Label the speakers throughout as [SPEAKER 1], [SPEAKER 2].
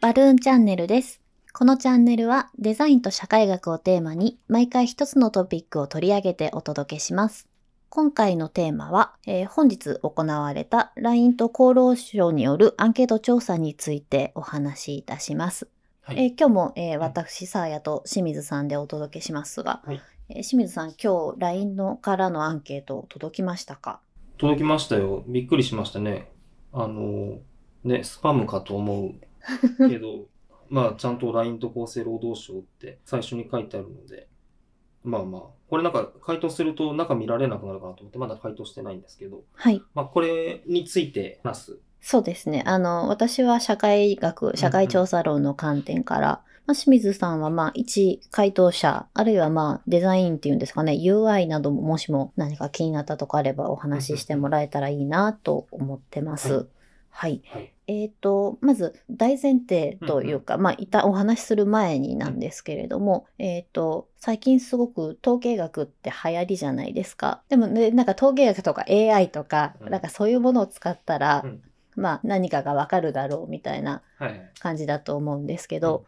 [SPEAKER 1] バルーンチャンネルです。このチャンネルはデザインと社会学をテーマに毎回一つのトピックを取り上げてお届けします。今回のテーマは、えー本日行われた LINE と厚労省によるアンケート調査についてお話しいたします。
[SPEAKER 2] は
[SPEAKER 1] えー
[SPEAKER 2] い。
[SPEAKER 1] 今日も、えー
[SPEAKER 2] ん
[SPEAKER 1] 私、サーヤと清水さんでお届けしますが、
[SPEAKER 2] はい
[SPEAKER 1] えー清水さん、今日 LINE のからのアンケート届きましたか
[SPEAKER 2] 届きましたよ。びっくりしましたね。あの、ね、スパムかと思 うけど、まあ、ちゃんと LINE と厚生労働省って最初に書いてあるので、まあまあ、これなんか回答すると中見られなくなるかなと思って、まだ回答してないんですけど、
[SPEAKER 1] はい。
[SPEAKER 2] まあ、これについて話す。
[SPEAKER 1] そうですね。あの、私は社会学、社会調査論の観点から、まあ、清水さんは、まあ、一回答者、あるいは、まあ、デザインっていうんですかね、UI なども、もしも何か気になったとかあれば、お話ししてもらえたらいいなと思ってます。はい。
[SPEAKER 2] はい。
[SPEAKER 1] えっと、まず、大前提というか、まあ、いたお話しする前になんですけれども、えっと、最近すごく統計学って流行りじゃないですか。でもね、なんか統計学とか AI とか、
[SPEAKER 2] うん
[SPEAKER 1] なんかそういうものを使ったら、
[SPEAKER 2] うん
[SPEAKER 1] まあ、何かがわかるだろうみたいな
[SPEAKER 2] はいはい。
[SPEAKER 1] 感じだと思うんですけど、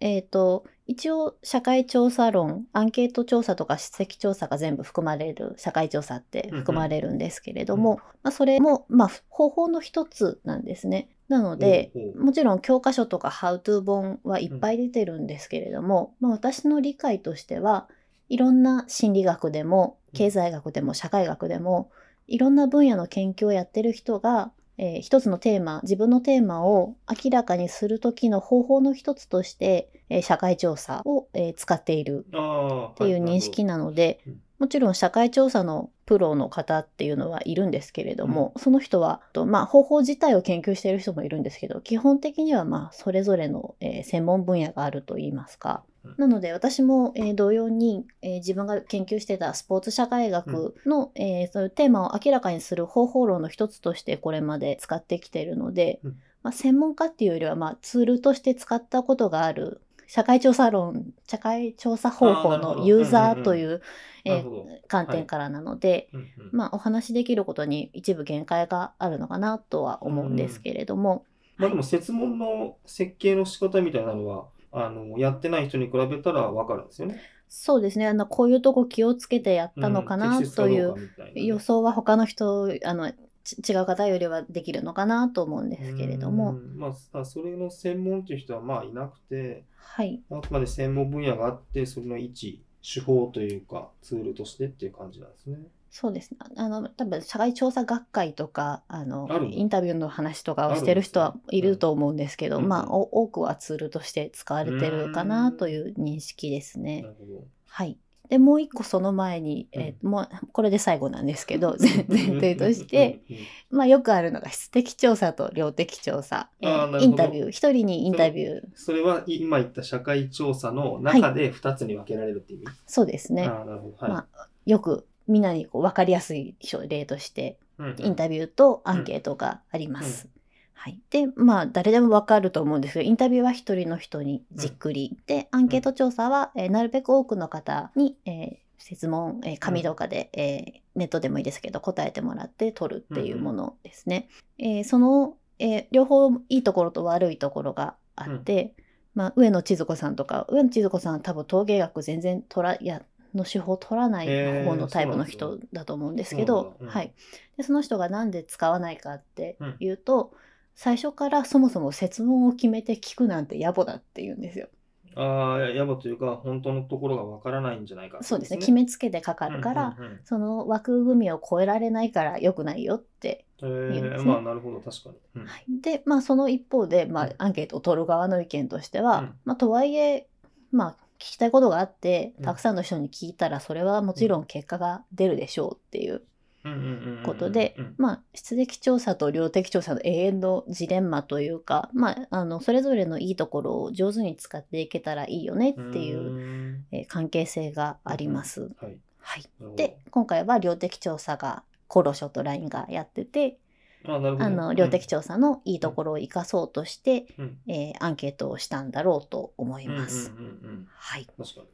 [SPEAKER 1] えっと、一応、社会調査論、アンケート調査とか筆跡調査が全部含まれる、社会調査って含まれるんですけれども、
[SPEAKER 2] うん
[SPEAKER 1] まあ、それも、まあ、方法の一つなんですね。なので、
[SPEAKER 2] ほうほう
[SPEAKER 1] もちろん教科書とかハウトゥー本はいっぱい出てるんですけれども、まあ、私の理解としてはいろんな心理学でも
[SPEAKER 2] うん
[SPEAKER 1] 経済学でも社会学でもいろんな分野の研究をやってる人が、えー一つのテーマ自分のテーマを明らかにする時の方法の一つとして、えー社会調査を、えー使っている
[SPEAKER 2] ああ、
[SPEAKER 1] っていう認識
[SPEAKER 2] な
[SPEAKER 1] なので、
[SPEAKER 2] うん
[SPEAKER 1] もちろん社会調査のプロの方っていうのはいるんですけれども、その人は、とまあ、方法自体を研究している人もいるんですけど基本的にはまあそれぞれの、えー専門分野があるといいますか。
[SPEAKER 2] うん
[SPEAKER 1] なので私も、えー同様に、えー自分が研究してたスポーツ社会学の、えーそういうテーマを明らかにする方法論の一つとしてこれまで使ってきているので、
[SPEAKER 2] うん
[SPEAKER 1] まあ、専門家っていうよりは、まあ、ツールとして使ったことがある社会調査論社会調査方法
[SPEAKER 2] あーなるほ
[SPEAKER 1] の
[SPEAKER 2] ど
[SPEAKER 1] ユーザーというえ
[SPEAKER 2] なる
[SPEAKER 1] ー
[SPEAKER 2] ほど。
[SPEAKER 1] 観点からなので、
[SPEAKER 2] うんうん
[SPEAKER 1] まあ、お話しできることに一部限界があるのかなとは思うんですけれども、
[SPEAKER 2] まあでも、設問の設計の仕方みたいなのは、あの、やってない人に比べたらわかるんですよね。
[SPEAKER 1] そうですねあのこういうとこ気をつけてやったのかなという予
[SPEAKER 2] 想
[SPEAKER 1] 想は他の人あのち違う方よりはできるのかなと思うんですけれども、
[SPEAKER 2] まああそれの専門という人はまあいなくて
[SPEAKER 1] はい
[SPEAKER 2] あくまで専門分野があってそれの一手法というかツールとしてっていう感じなんですね。
[SPEAKER 1] そうですねあの多分社会調査学会とかあの
[SPEAKER 2] あるの
[SPEAKER 1] インタビューの話とかをしてる人
[SPEAKER 2] あ
[SPEAKER 1] は
[SPEAKER 2] るんですね
[SPEAKER 1] いると思うんですけど
[SPEAKER 2] うん
[SPEAKER 1] まあ、お多くはツールとして使われてるかなという認識ですね。
[SPEAKER 2] なるほど。
[SPEAKER 1] はい。で、もう一個その前に、
[SPEAKER 2] うん
[SPEAKER 1] えーもう、これで最後なんです けど、前前提として、
[SPEAKER 2] うんうんうん
[SPEAKER 1] まあよくあるのが質的調査と量的調査、え
[SPEAKER 2] あーなるほ
[SPEAKER 1] ー
[SPEAKER 2] ど
[SPEAKER 1] インタビュー、一人にインタビュー、
[SPEAKER 2] それは今言った社会調査の中で2つに分けられるっていう意味。
[SPEAKER 1] そうですね。
[SPEAKER 2] ああなるほど。はい
[SPEAKER 1] まよくみんなにこう分かりやすい例として、
[SPEAKER 2] うんうん
[SPEAKER 1] インタビューとアンケートがあります。はい。で、まあ誰でも分かると思うんですけど、インタビューは一人の人にじっくり、で、アンケート調査は、えーなるべく多くの方に、えー質問、えー紙とかで、えーネットでもいいですけど答えてもらって取るっていうものですね。えーその、えー両方いいところと悪いところがあって、まあ、上野千鶴子さんとか上野千鶴子さんは多分統計学全然取らいやの手法を取らない方のタイプの
[SPEAKER 2] へーそう
[SPEAKER 1] 人
[SPEAKER 2] なん
[SPEAKER 1] だと思うんですけど、
[SPEAKER 2] そうなんだうん
[SPEAKER 1] はい、でその人がなんで使わないかっていうと、最初からそもそも設問を決めて聞くなんて野暮だって言うんですよ。
[SPEAKER 2] ああやばというか本当のところが分からないんじゃないかって
[SPEAKER 1] そうですね
[SPEAKER 2] ね
[SPEAKER 1] 決めつけてかかるから、
[SPEAKER 2] うんうんうん
[SPEAKER 1] その枠組みを超えられないから良くないよって。
[SPEAKER 2] え
[SPEAKER 1] いいですね
[SPEAKER 2] ーまあなるほど確かに。うん
[SPEAKER 1] はい、でまあその一方で、ま
[SPEAKER 2] う
[SPEAKER 1] あ
[SPEAKER 2] ん、
[SPEAKER 1] アンケートを取る側の意見としては、
[SPEAKER 2] うん
[SPEAKER 1] まあ、とはいえ、まあ、聞きたいことがあって
[SPEAKER 2] うん
[SPEAKER 1] たくさんの人に聞いたらそれはもちろん結果が出るでしょうっていう
[SPEAKER 2] うんうんうんうん
[SPEAKER 1] ことで
[SPEAKER 2] うん
[SPEAKER 1] まあ、質的調査と量的調査の永遠のジレンマというか、まあ、あのそれぞれのいいところを上手に使っていけたらいいよねっていう、
[SPEAKER 2] うん
[SPEAKER 1] えー関係性があります。
[SPEAKER 2] はい。
[SPEAKER 1] はい、
[SPEAKER 2] なるほど
[SPEAKER 1] で今回は量的調査が厚労省と LINE がやってて
[SPEAKER 2] あなるほど
[SPEAKER 1] あの量的調査のいいところを生かそうとして、
[SPEAKER 2] うん
[SPEAKER 1] えーアンケートをしたんだろうと思います。
[SPEAKER 2] うんうんうんうん
[SPEAKER 1] はい、
[SPEAKER 2] 確かに。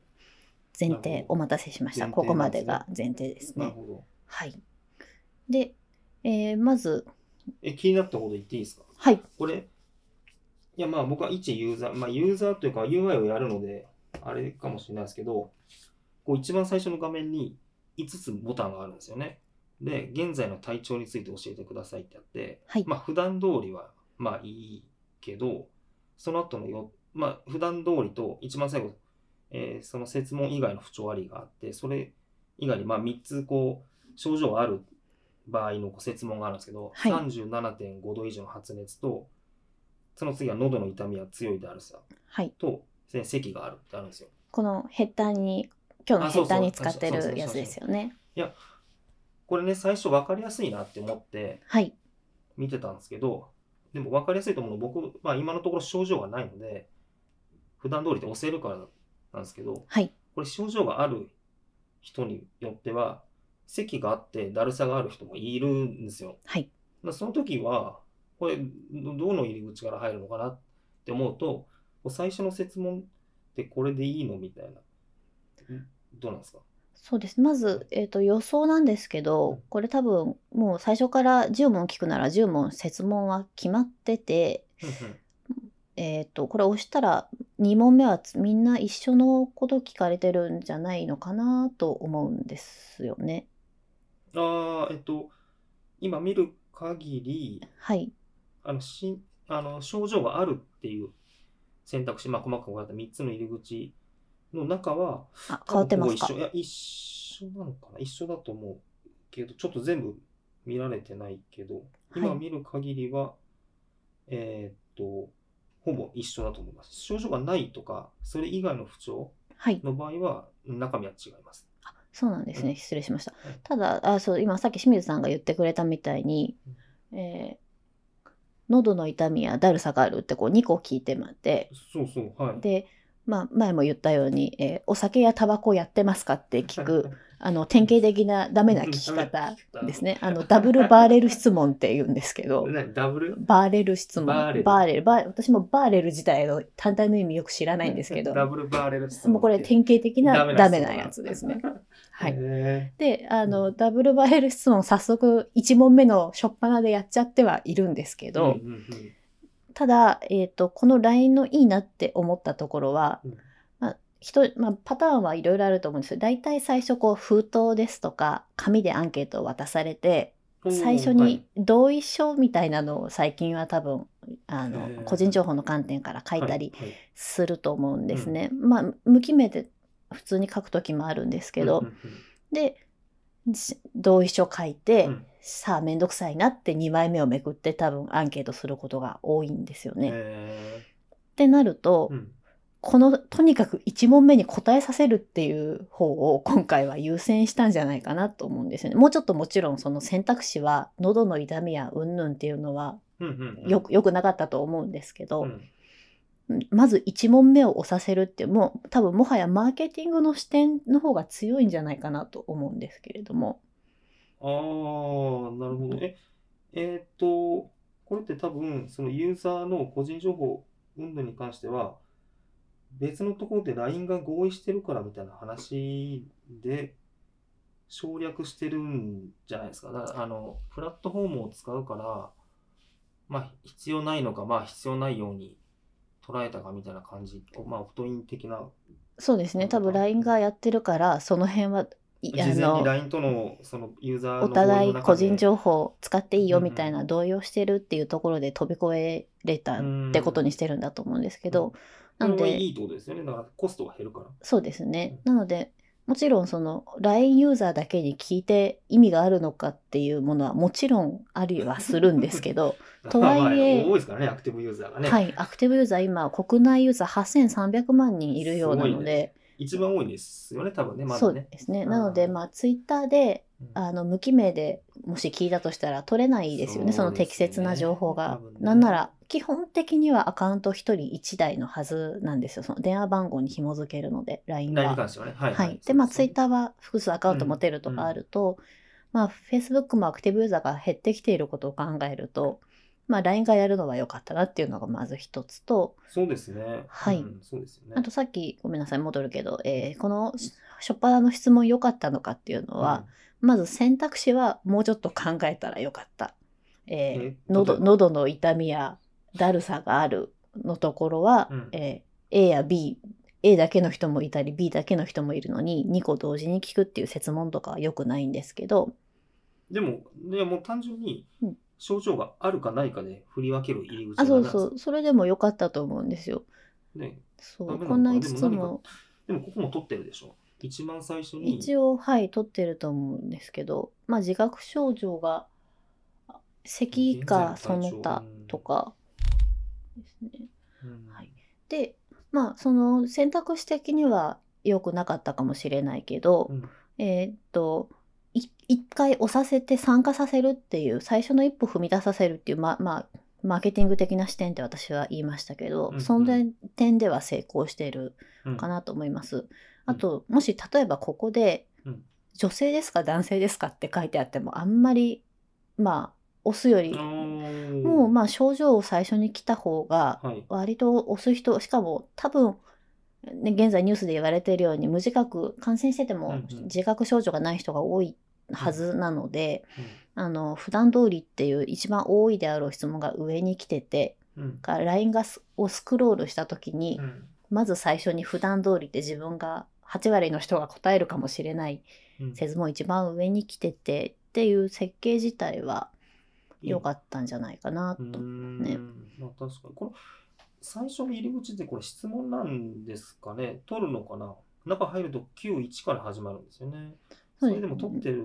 [SPEAKER 1] 前
[SPEAKER 2] な
[SPEAKER 1] 提
[SPEAKER 2] るほ
[SPEAKER 1] お待たせしました。
[SPEAKER 2] 前提
[SPEAKER 1] ここまでが前提です
[SPEAKER 2] なる
[SPEAKER 1] ね。
[SPEAKER 2] ほど。
[SPEAKER 1] はい、で、えーまず
[SPEAKER 2] え、気になったこと言っていいですか
[SPEAKER 1] はい
[SPEAKER 2] これ、いや、まあ僕は一ユーザー、まあユーザーというか UI をやるので、あれかもしれないですけど、こう一番最初の画面に5つボタンがあるんですよね。で、現在の体調について教えてくださいってあって、
[SPEAKER 1] はい
[SPEAKER 2] まあ普段通りはまあいいけど、その後のよ、まあ普段通りと一番最後、えーその設問以外の不調ありがあって、それ以外にまあ3つこう症状がある場合のこう設問があるんですけど、
[SPEAKER 1] はい
[SPEAKER 2] 37.5度以上の発熱と、その次は喉の痛みは強いであるさ
[SPEAKER 1] はい。
[SPEAKER 2] と、せ咳があるってあるんですよ。
[SPEAKER 1] このヘッダーに、今日の
[SPEAKER 2] あ
[SPEAKER 1] ヘ
[SPEAKER 2] そうそう
[SPEAKER 1] ッダーに使ってるやつですよね。
[SPEAKER 2] これね、最初分かりやすいなって思って
[SPEAKER 1] はい。
[SPEAKER 2] 見てたんですけど、でも分かりやすいと思うの僕、まあ今のところ症状がないので、普段通りで押せるからなんですけど、
[SPEAKER 1] はい。
[SPEAKER 2] これ症状がある人によっては、咳があってだるさがある人もいるんですよ。
[SPEAKER 1] はい。
[SPEAKER 2] だからその時は、これ、どどの入り口から入るのかなって思うと、もう最初の説問ってこれでいいのみたいな。んどうなんですか
[SPEAKER 1] そうです。まず、えっ、と、予想なんですけど、これ多分、もう最初から10問聞くなら10問、設問は決まってて、えっ、と、これ押したら2問目はつみんな一緒のこと聞かれてるんじゃないのかなと思うんですよね。
[SPEAKER 2] ああ、えっと、今見る限り、
[SPEAKER 1] はい。
[SPEAKER 2] あの、しん、あの、症状があるっていう選択肢、まあ、細かく分かった3つの入り口の中は、
[SPEAKER 1] あ、変わってます
[SPEAKER 2] 多
[SPEAKER 1] か
[SPEAKER 2] 分ほぼ一緒。いや、一緒なのかな一緒だと思うけど、ちょっと全部見られてないけど、今
[SPEAKER 1] はい
[SPEAKER 2] 見る限りは、えーっと、ほぼ一緒だと思います。症状がないとか、それ以外の不調
[SPEAKER 1] はい。
[SPEAKER 2] の場合は、中身は違います。
[SPEAKER 1] そうなんです
[SPEAKER 2] う
[SPEAKER 1] ね。
[SPEAKER 2] ん
[SPEAKER 1] 失礼しました
[SPEAKER 2] うん。
[SPEAKER 1] ただ、あ、そう、今さっき清水さんが言ってくれたみたいに、えー喉の痛みやだるさがあるってこう2個聞いてもらって、
[SPEAKER 2] そうそう、はい。
[SPEAKER 1] で、まあ、前も言ったように、えーお酒やタバコやってますかって聞 く、あの、典型的なダメな聞き方ですね。あの、ダブルバーレル質問って言うんですけど、
[SPEAKER 2] 何ダブル
[SPEAKER 1] バーレル質問。
[SPEAKER 2] バーレル
[SPEAKER 1] レル。バー私もバーレル自体の単体の意味よく知らないんですけど、
[SPEAKER 2] ダブルバーレル質問
[SPEAKER 1] もうこれ
[SPEAKER 2] って
[SPEAKER 1] 典型的なダ
[SPEAKER 2] ダ
[SPEAKER 1] メ
[SPEAKER 2] メ
[SPEAKER 1] な
[SPEAKER 2] な
[SPEAKER 1] やつです ね。は
[SPEAKER 2] へ
[SPEAKER 1] い。
[SPEAKER 2] え
[SPEAKER 1] で、あの、
[SPEAKER 2] う
[SPEAKER 1] ダブルバレル質問早速1問目の初っ端でやっちゃってはいるんですけど、
[SPEAKER 2] うんうんうん
[SPEAKER 1] ただ、えっ、と、この LINE のいいなって思ったところは、
[SPEAKER 2] うん
[SPEAKER 1] まあ、人、まあ、パターンはいろいろあると思うんですよ。大体最初、こう、封筒ですとか、紙でアンケートを渡されて、
[SPEAKER 2] おー
[SPEAKER 1] 最初
[SPEAKER 2] は
[SPEAKER 1] に
[SPEAKER 2] い
[SPEAKER 1] 同意書みたいなのを最近は多分、あ
[SPEAKER 2] へ
[SPEAKER 1] の、
[SPEAKER 2] ー
[SPEAKER 1] 個人情報の観点から書いたり
[SPEAKER 2] はいはい
[SPEAKER 1] すると思うんですね。まあ、無記名で普通に書くときもあるんですけど、
[SPEAKER 2] うんうんうん
[SPEAKER 1] でし同意書書いて、
[SPEAKER 2] うん
[SPEAKER 1] さあ面倒くさいなって2枚目をめくって多分アンケートすることが多いんですよね。っ
[SPEAKER 2] へ
[SPEAKER 1] てなると、
[SPEAKER 2] ーうん
[SPEAKER 1] このとにかく1問目に答えさせるっていう方を今回は優先したんじゃないかなと思うんですよね。もうちょっともちろんその選択肢は喉の痛みやうんぬんっていうのは
[SPEAKER 2] うんうんうん
[SPEAKER 1] よく良くなかったと思うんですけど、
[SPEAKER 2] うん
[SPEAKER 1] まず1問目を押させるってもう多分もはやマーケティングの視点の方が強いんじゃないかなと思うんですけれども。
[SPEAKER 2] ああ、なるほど。え、えーっと、これって多分、そのユーザーの個人情報運動に関しては、別のところで LINE が合意してるからみたいな話で省略してるんじゃないですか。だからあの、プラットフォームを使うから、まあ、必要ないのか、まあ、必要ないように捉えたかみたいな感じ。まあ、オプトイン的な。
[SPEAKER 1] そうですね。
[SPEAKER 2] うん
[SPEAKER 1] 多分 LINE がやってるから、その辺は、いあ
[SPEAKER 2] 事前に
[SPEAKER 1] の、
[SPEAKER 2] LINE との、そのユーザーの
[SPEAKER 1] お
[SPEAKER 2] 合
[SPEAKER 1] 互
[SPEAKER 2] 意
[SPEAKER 1] い
[SPEAKER 2] の
[SPEAKER 1] 個
[SPEAKER 2] 中で
[SPEAKER 1] 人情報を使っていいよ
[SPEAKER 2] うんうん
[SPEAKER 1] みたいな動揺してるっていうところで飛び越えれたってことにしてるんだと思うんですけど、
[SPEAKER 2] う
[SPEAKER 1] なんの
[SPEAKER 2] これは
[SPEAKER 1] で、
[SPEAKER 2] いいってことですよね。だからコストが減るから。
[SPEAKER 1] そうですね。なので、もちろんその LINE ユーザーだけに聞いて意味があるのかっていうものはもちろんありはするんですけど、とはいえ
[SPEAKER 2] まあまあ多いですからね、アクティブユーザ ーがね。
[SPEAKER 1] はい、アクティブユーザー今国内ユーザー8300万人いるような
[SPEAKER 2] す
[SPEAKER 1] の
[SPEAKER 2] ごい
[SPEAKER 1] で
[SPEAKER 2] ね、一番多いんですよね、多分ね、ま
[SPEAKER 1] そ
[SPEAKER 2] だ
[SPEAKER 1] う
[SPEAKER 2] ね。
[SPEAKER 1] ですね。
[SPEAKER 2] うん
[SPEAKER 1] なので、まあツイッターで
[SPEAKER 2] うん
[SPEAKER 1] あの無記名でもし聞いたとしたら取れないですよね、そ
[SPEAKER 2] そう
[SPEAKER 1] の
[SPEAKER 2] ですね
[SPEAKER 1] 適切な情報が
[SPEAKER 2] 多。分ね
[SPEAKER 1] なんなら、基本的にはアカウント1人1台のはずなんですよ、その電話番号に紐付けるので、LINE
[SPEAKER 2] 何に
[SPEAKER 1] が。
[SPEAKER 2] 関してはね。はい、
[SPEAKER 1] はい、で、まあ、ツイッ
[SPEAKER 2] ー。
[SPEAKER 1] ターは複数アカウント持てるとかあると、まあ、Facebook もアクティブユーザーが減ってきていることを考えると、まあ、LINE がやるのは良かったなっていうのがまず一つと、
[SPEAKER 2] そうですね。
[SPEAKER 1] はい
[SPEAKER 2] うんそうですよね。
[SPEAKER 1] あとさっきごめんなさい戻るけど、えーこのし初っ端の質問良かったのかっていうのは、まず選択肢はもうちょっと考えたらよかった。えー
[SPEAKER 2] え
[SPEAKER 1] 喉
[SPEAKER 2] 例えば
[SPEAKER 1] 喉の痛みやだるさがあるのところは、
[SPEAKER 2] うん
[SPEAKER 1] えー A や B A だけの人もいたり B だけの人もいるのに2個同時に聞くっていう説問とかは良くないんですけど
[SPEAKER 2] でも、でもう単純に
[SPEAKER 1] うん
[SPEAKER 2] 症状があるかないかで振り分ける入り口
[SPEAKER 1] あそう
[SPEAKER 2] なんです
[SPEAKER 1] そ
[SPEAKER 2] よ
[SPEAKER 1] うそれでも良かったと思うんですよ。
[SPEAKER 2] ね、
[SPEAKER 1] そ
[SPEAKER 2] ダ
[SPEAKER 1] う
[SPEAKER 2] メなのか
[SPEAKER 1] こんな5つ
[SPEAKER 2] でも何
[SPEAKER 1] も
[SPEAKER 2] でもここも取ってるでしょ。一番最初に。
[SPEAKER 1] 一応はい取ってると思うんですけど、まあ、自覚症状があ咳かその他とかですね。
[SPEAKER 2] うん
[SPEAKER 1] はいでまあその選択肢的には良くなかったかもしれないけど
[SPEAKER 2] う、ん
[SPEAKER 1] えーっとい一回押させて参加させるっていう最初の一歩踏み出させるっていうままあマーケティング的な視点って私は言いましたけど、
[SPEAKER 2] うんうん
[SPEAKER 1] その点点では成功している
[SPEAKER 2] うん
[SPEAKER 1] かなと思います。あともし例えばここで、
[SPEAKER 2] うん
[SPEAKER 1] 女性ですか男性ですかって書いてあってもあんまりまあ押すよりも
[SPEAKER 2] も
[SPEAKER 1] うまあ症状を最初に来た方が
[SPEAKER 2] あ、はい。
[SPEAKER 1] 割と押す人しかも多分、ね、現在ニュースで言われているように無自覚感染してて
[SPEAKER 2] う
[SPEAKER 1] も
[SPEAKER 2] んうん
[SPEAKER 1] 自覚症状がない人が多いはずなので、
[SPEAKER 2] うん
[SPEAKER 1] あの普段通りっていう一番多いであろう質問が上に来てて
[SPEAKER 2] うん
[SPEAKER 1] が LINE がすをスクロールした時に、まず最初に普段通りって自分が8割の人が答えるかもしれない
[SPEAKER 2] うん
[SPEAKER 1] 説問一番上に来ててっていう設計自体は良かったんじゃないかなと。
[SPEAKER 2] うーん
[SPEAKER 1] ね
[SPEAKER 2] まあ確かに。この最初の入り口でこれ質問なんですかね取るのかな中入ると91から始まるんですよね。それでも取ってる。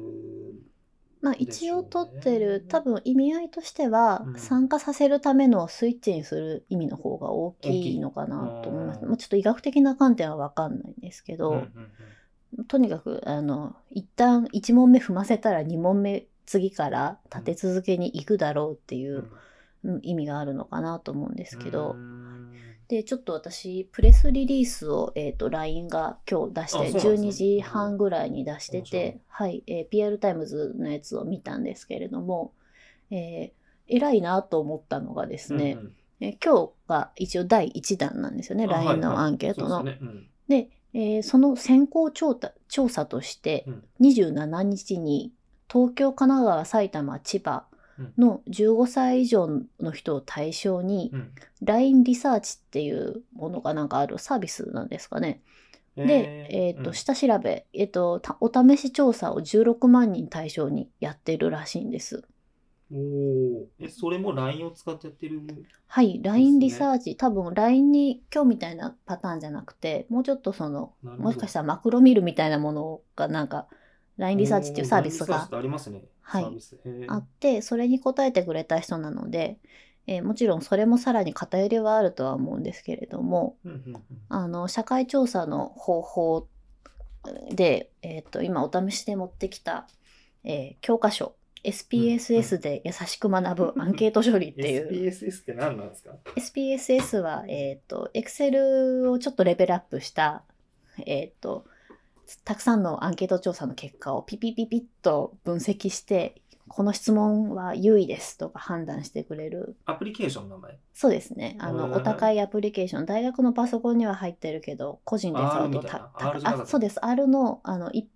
[SPEAKER 1] まあ
[SPEAKER 2] でし
[SPEAKER 1] 一
[SPEAKER 2] ょう
[SPEAKER 1] 応
[SPEAKER 2] ね
[SPEAKER 1] 取ってる、多分意味合いとしては、
[SPEAKER 2] うん
[SPEAKER 1] 参加させるためのスイッチにする意味の方が大きいのかなと思いま
[SPEAKER 2] 大き
[SPEAKER 1] す。
[SPEAKER 2] い
[SPEAKER 1] まあ、ちょっと医学的な観点は分かんないんですけ
[SPEAKER 2] うんう
[SPEAKER 1] ど
[SPEAKER 2] ん、うん
[SPEAKER 1] とにかくあの一旦1問目踏ませたら2問目次から立て続けに行くだろうっていううんうん意味があるのかなと思うんですけど、
[SPEAKER 2] うーん
[SPEAKER 1] でちょっと私プレスリリースを、えー、と LINE が今日出して
[SPEAKER 2] あそうなんですね
[SPEAKER 1] 12時半ぐらいに出して
[SPEAKER 2] 面白
[SPEAKER 1] て、はいえー PR タイムズのやつを見たんですけれども、えー偉いなと思ったのがですね、
[SPEAKER 2] うんうん
[SPEAKER 1] えー今日が一応第1弾なんですよね
[SPEAKER 2] あ
[SPEAKER 1] LINE のアンケートの。
[SPEAKER 2] はいはいそうですね
[SPEAKER 1] で、えーその先行調査調査として
[SPEAKER 2] うん
[SPEAKER 1] 27日に東京、神奈川、埼玉、千葉の15歳以上の人を対象に
[SPEAKER 2] うんうん
[SPEAKER 1] LINE リサーチっていうものがなんかあるサービスなんですかね。で、えーと
[SPEAKER 2] うん
[SPEAKER 1] 下調べ、えーとたお試し調査を16万人対象にやってるらしいんです。
[SPEAKER 2] おーえ、それも LINE を使ってやってる。
[SPEAKER 1] はい、LINE
[SPEAKER 2] で
[SPEAKER 1] リ
[SPEAKER 2] すね
[SPEAKER 1] サーチ、多分 LINE に今日みたいなパターンじゃなくて、もうちょっとその
[SPEAKER 2] なるほど
[SPEAKER 1] もしかしたらマクロミルみたいなものがなんか LINE リサーチっていうサービス
[SPEAKER 2] お LINE リサーチ
[SPEAKER 1] が
[SPEAKER 2] ってありますね。
[SPEAKER 1] はい
[SPEAKER 2] サービス。へー
[SPEAKER 1] あってそれに応えてくれた人なので、えーもちろんそれもさらに偏りはあるとは思うんですけれども
[SPEAKER 2] うんうんうん
[SPEAKER 1] あの社会調査の方法で、えー、と今お試しで持ってきた、えー教科書
[SPEAKER 2] う
[SPEAKER 1] SPSS で優しく学ぶアンケート処理っていう
[SPEAKER 2] SPSS って何なんですか
[SPEAKER 1] SPSS は、えっ、と、Excel をちょっとレベルアップした、えっ、と、たくさんのアンケート調査の結果をピピピピッと分析して、この質問は優位ですとか判断してくれる。
[SPEAKER 2] アプリケーションの名前。
[SPEAKER 1] そうですね。あ
[SPEAKER 2] うん
[SPEAKER 1] の、お高いアプリケーション。大学のパソコンには入ってるけど、個人で使う
[SPEAKER 2] R み
[SPEAKER 1] と
[SPEAKER 2] たいな
[SPEAKER 1] た高
[SPEAKER 2] R じゃなかっ
[SPEAKER 1] あ、
[SPEAKER 2] た
[SPEAKER 1] そうです。R の、あの、い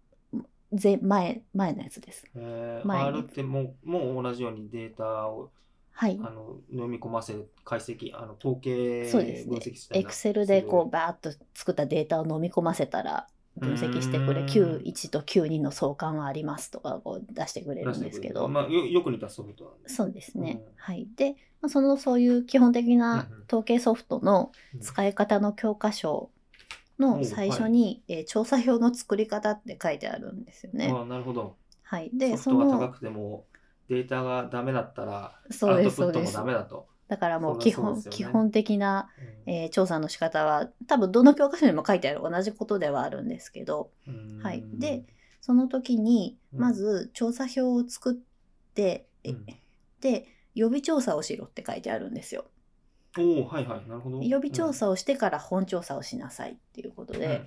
[SPEAKER 1] 前、前、前のやつです。
[SPEAKER 2] えー、
[SPEAKER 1] 前に
[SPEAKER 2] R ってもうもう同じようにデータを
[SPEAKER 1] はい
[SPEAKER 2] あ。の読み込ませる解析、あの統計
[SPEAKER 1] そうです
[SPEAKER 2] 分
[SPEAKER 1] ね
[SPEAKER 2] 析した。
[SPEAKER 1] エクセルでこうバーッと作ったデータを飲み込ませたら分析してくれ
[SPEAKER 2] うん
[SPEAKER 1] 91と92の相関はありますとかこう出してくれるんですけど、
[SPEAKER 2] まあ、よよく似たソフトなんです。
[SPEAKER 1] そうですね、
[SPEAKER 2] うん
[SPEAKER 1] はいで、まあ、そのそういう基本的な
[SPEAKER 2] うんうん
[SPEAKER 1] 統計ソフトの
[SPEAKER 2] うん
[SPEAKER 1] 使い方の教科書
[SPEAKER 2] う
[SPEAKER 1] の
[SPEAKER 2] ん
[SPEAKER 1] 最初に、えー調査表の作り方って書いてあるんですよね。
[SPEAKER 2] ああなるほど。
[SPEAKER 1] はい、で
[SPEAKER 2] ソ
[SPEAKER 1] そ
[SPEAKER 2] フトが高
[SPEAKER 1] の
[SPEAKER 2] くてもデータがダメだったら
[SPEAKER 1] そうです
[SPEAKER 2] ア
[SPEAKER 1] そう
[SPEAKER 2] ウト
[SPEAKER 1] で
[SPEAKER 2] プットも
[SPEAKER 1] す
[SPEAKER 2] ダメだと。
[SPEAKER 1] だからもう
[SPEAKER 2] そ
[SPEAKER 1] 基
[SPEAKER 2] りゃそう
[SPEAKER 1] 本、
[SPEAKER 2] ですよね
[SPEAKER 1] 基本的な、
[SPEAKER 2] うん
[SPEAKER 1] えー調査の仕方は多分どの教科書にも書いてある同じことではあるんですけど、
[SPEAKER 2] うん
[SPEAKER 1] はいでその時に
[SPEAKER 2] うん
[SPEAKER 1] まず調査票を作って、
[SPEAKER 2] う
[SPEAKER 1] え
[SPEAKER 2] ん
[SPEAKER 1] で予備調査をしろって書いてあるんですよ。
[SPEAKER 2] おおはいはいなるほど。
[SPEAKER 1] 予備調査をしてから本調査をしなさいっていうこと
[SPEAKER 2] うん
[SPEAKER 1] で、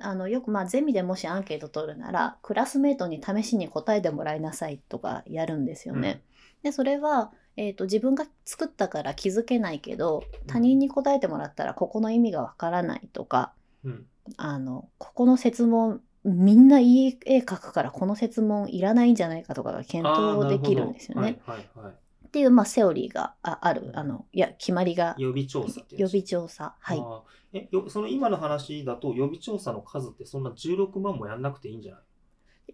[SPEAKER 1] あのよくまあゼミでもしアンケート取るならクラスメートに試しに答えてもらいなさいとかやるんですよね。でそれは、えー、と自分が作ったから気づけないけど他人に答えてもらったらここの意味がわからないとか、
[SPEAKER 2] うんうん
[SPEAKER 1] あのここの説問みんないい絵描くからこの説問いらないんじゃないかとかが検
[SPEAKER 2] あー
[SPEAKER 1] 討
[SPEAKER 2] なる
[SPEAKER 1] で
[SPEAKER 2] ほ
[SPEAKER 1] き
[SPEAKER 2] ど
[SPEAKER 1] るんですよね。
[SPEAKER 2] はいはいはい。
[SPEAKER 1] っていう、まあ、セオリーがあある、あの、いや、決まりが、
[SPEAKER 2] 予備調査って
[SPEAKER 1] 予備
[SPEAKER 2] 調
[SPEAKER 1] 調査。はい。
[SPEAKER 2] えよその今の話だと予備調査の数ってそんな16万もやんなくていいんじゃな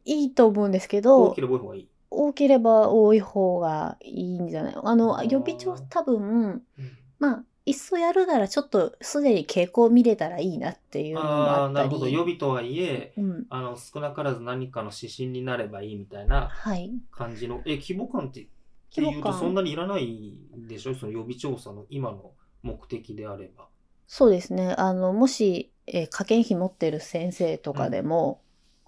[SPEAKER 2] い
[SPEAKER 1] いいと思うんですけ
[SPEAKER 2] 多
[SPEAKER 1] ど
[SPEAKER 2] け、れば多い方がいい。
[SPEAKER 1] 多ければ多い方がいいんじゃないあの、
[SPEAKER 2] あー
[SPEAKER 1] 予備調査多分、
[SPEAKER 2] うん
[SPEAKER 1] まあ、いっそやるならちょっとすでに傾向を見れたらいいなっていうのも
[SPEAKER 2] あ
[SPEAKER 1] あ
[SPEAKER 2] あー
[SPEAKER 1] っ
[SPEAKER 2] な
[SPEAKER 1] た
[SPEAKER 2] るほど予
[SPEAKER 1] り。
[SPEAKER 2] 備とはいえ
[SPEAKER 1] うん。
[SPEAKER 2] あの少なからず何かの指針になればいいみたいな
[SPEAKER 1] はい。
[SPEAKER 2] 感じのえ規模感ってって
[SPEAKER 1] 規
[SPEAKER 2] いう
[SPEAKER 1] 模
[SPEAKER 2] とそん
[SPEAKER 1] 感。
[SPEAKER 2] なにいらないでしょその予備調査の今の目的であれば。
[SPEAKER 1] そうですね。あの、もし、えー、科研費持ってる先生とかでも、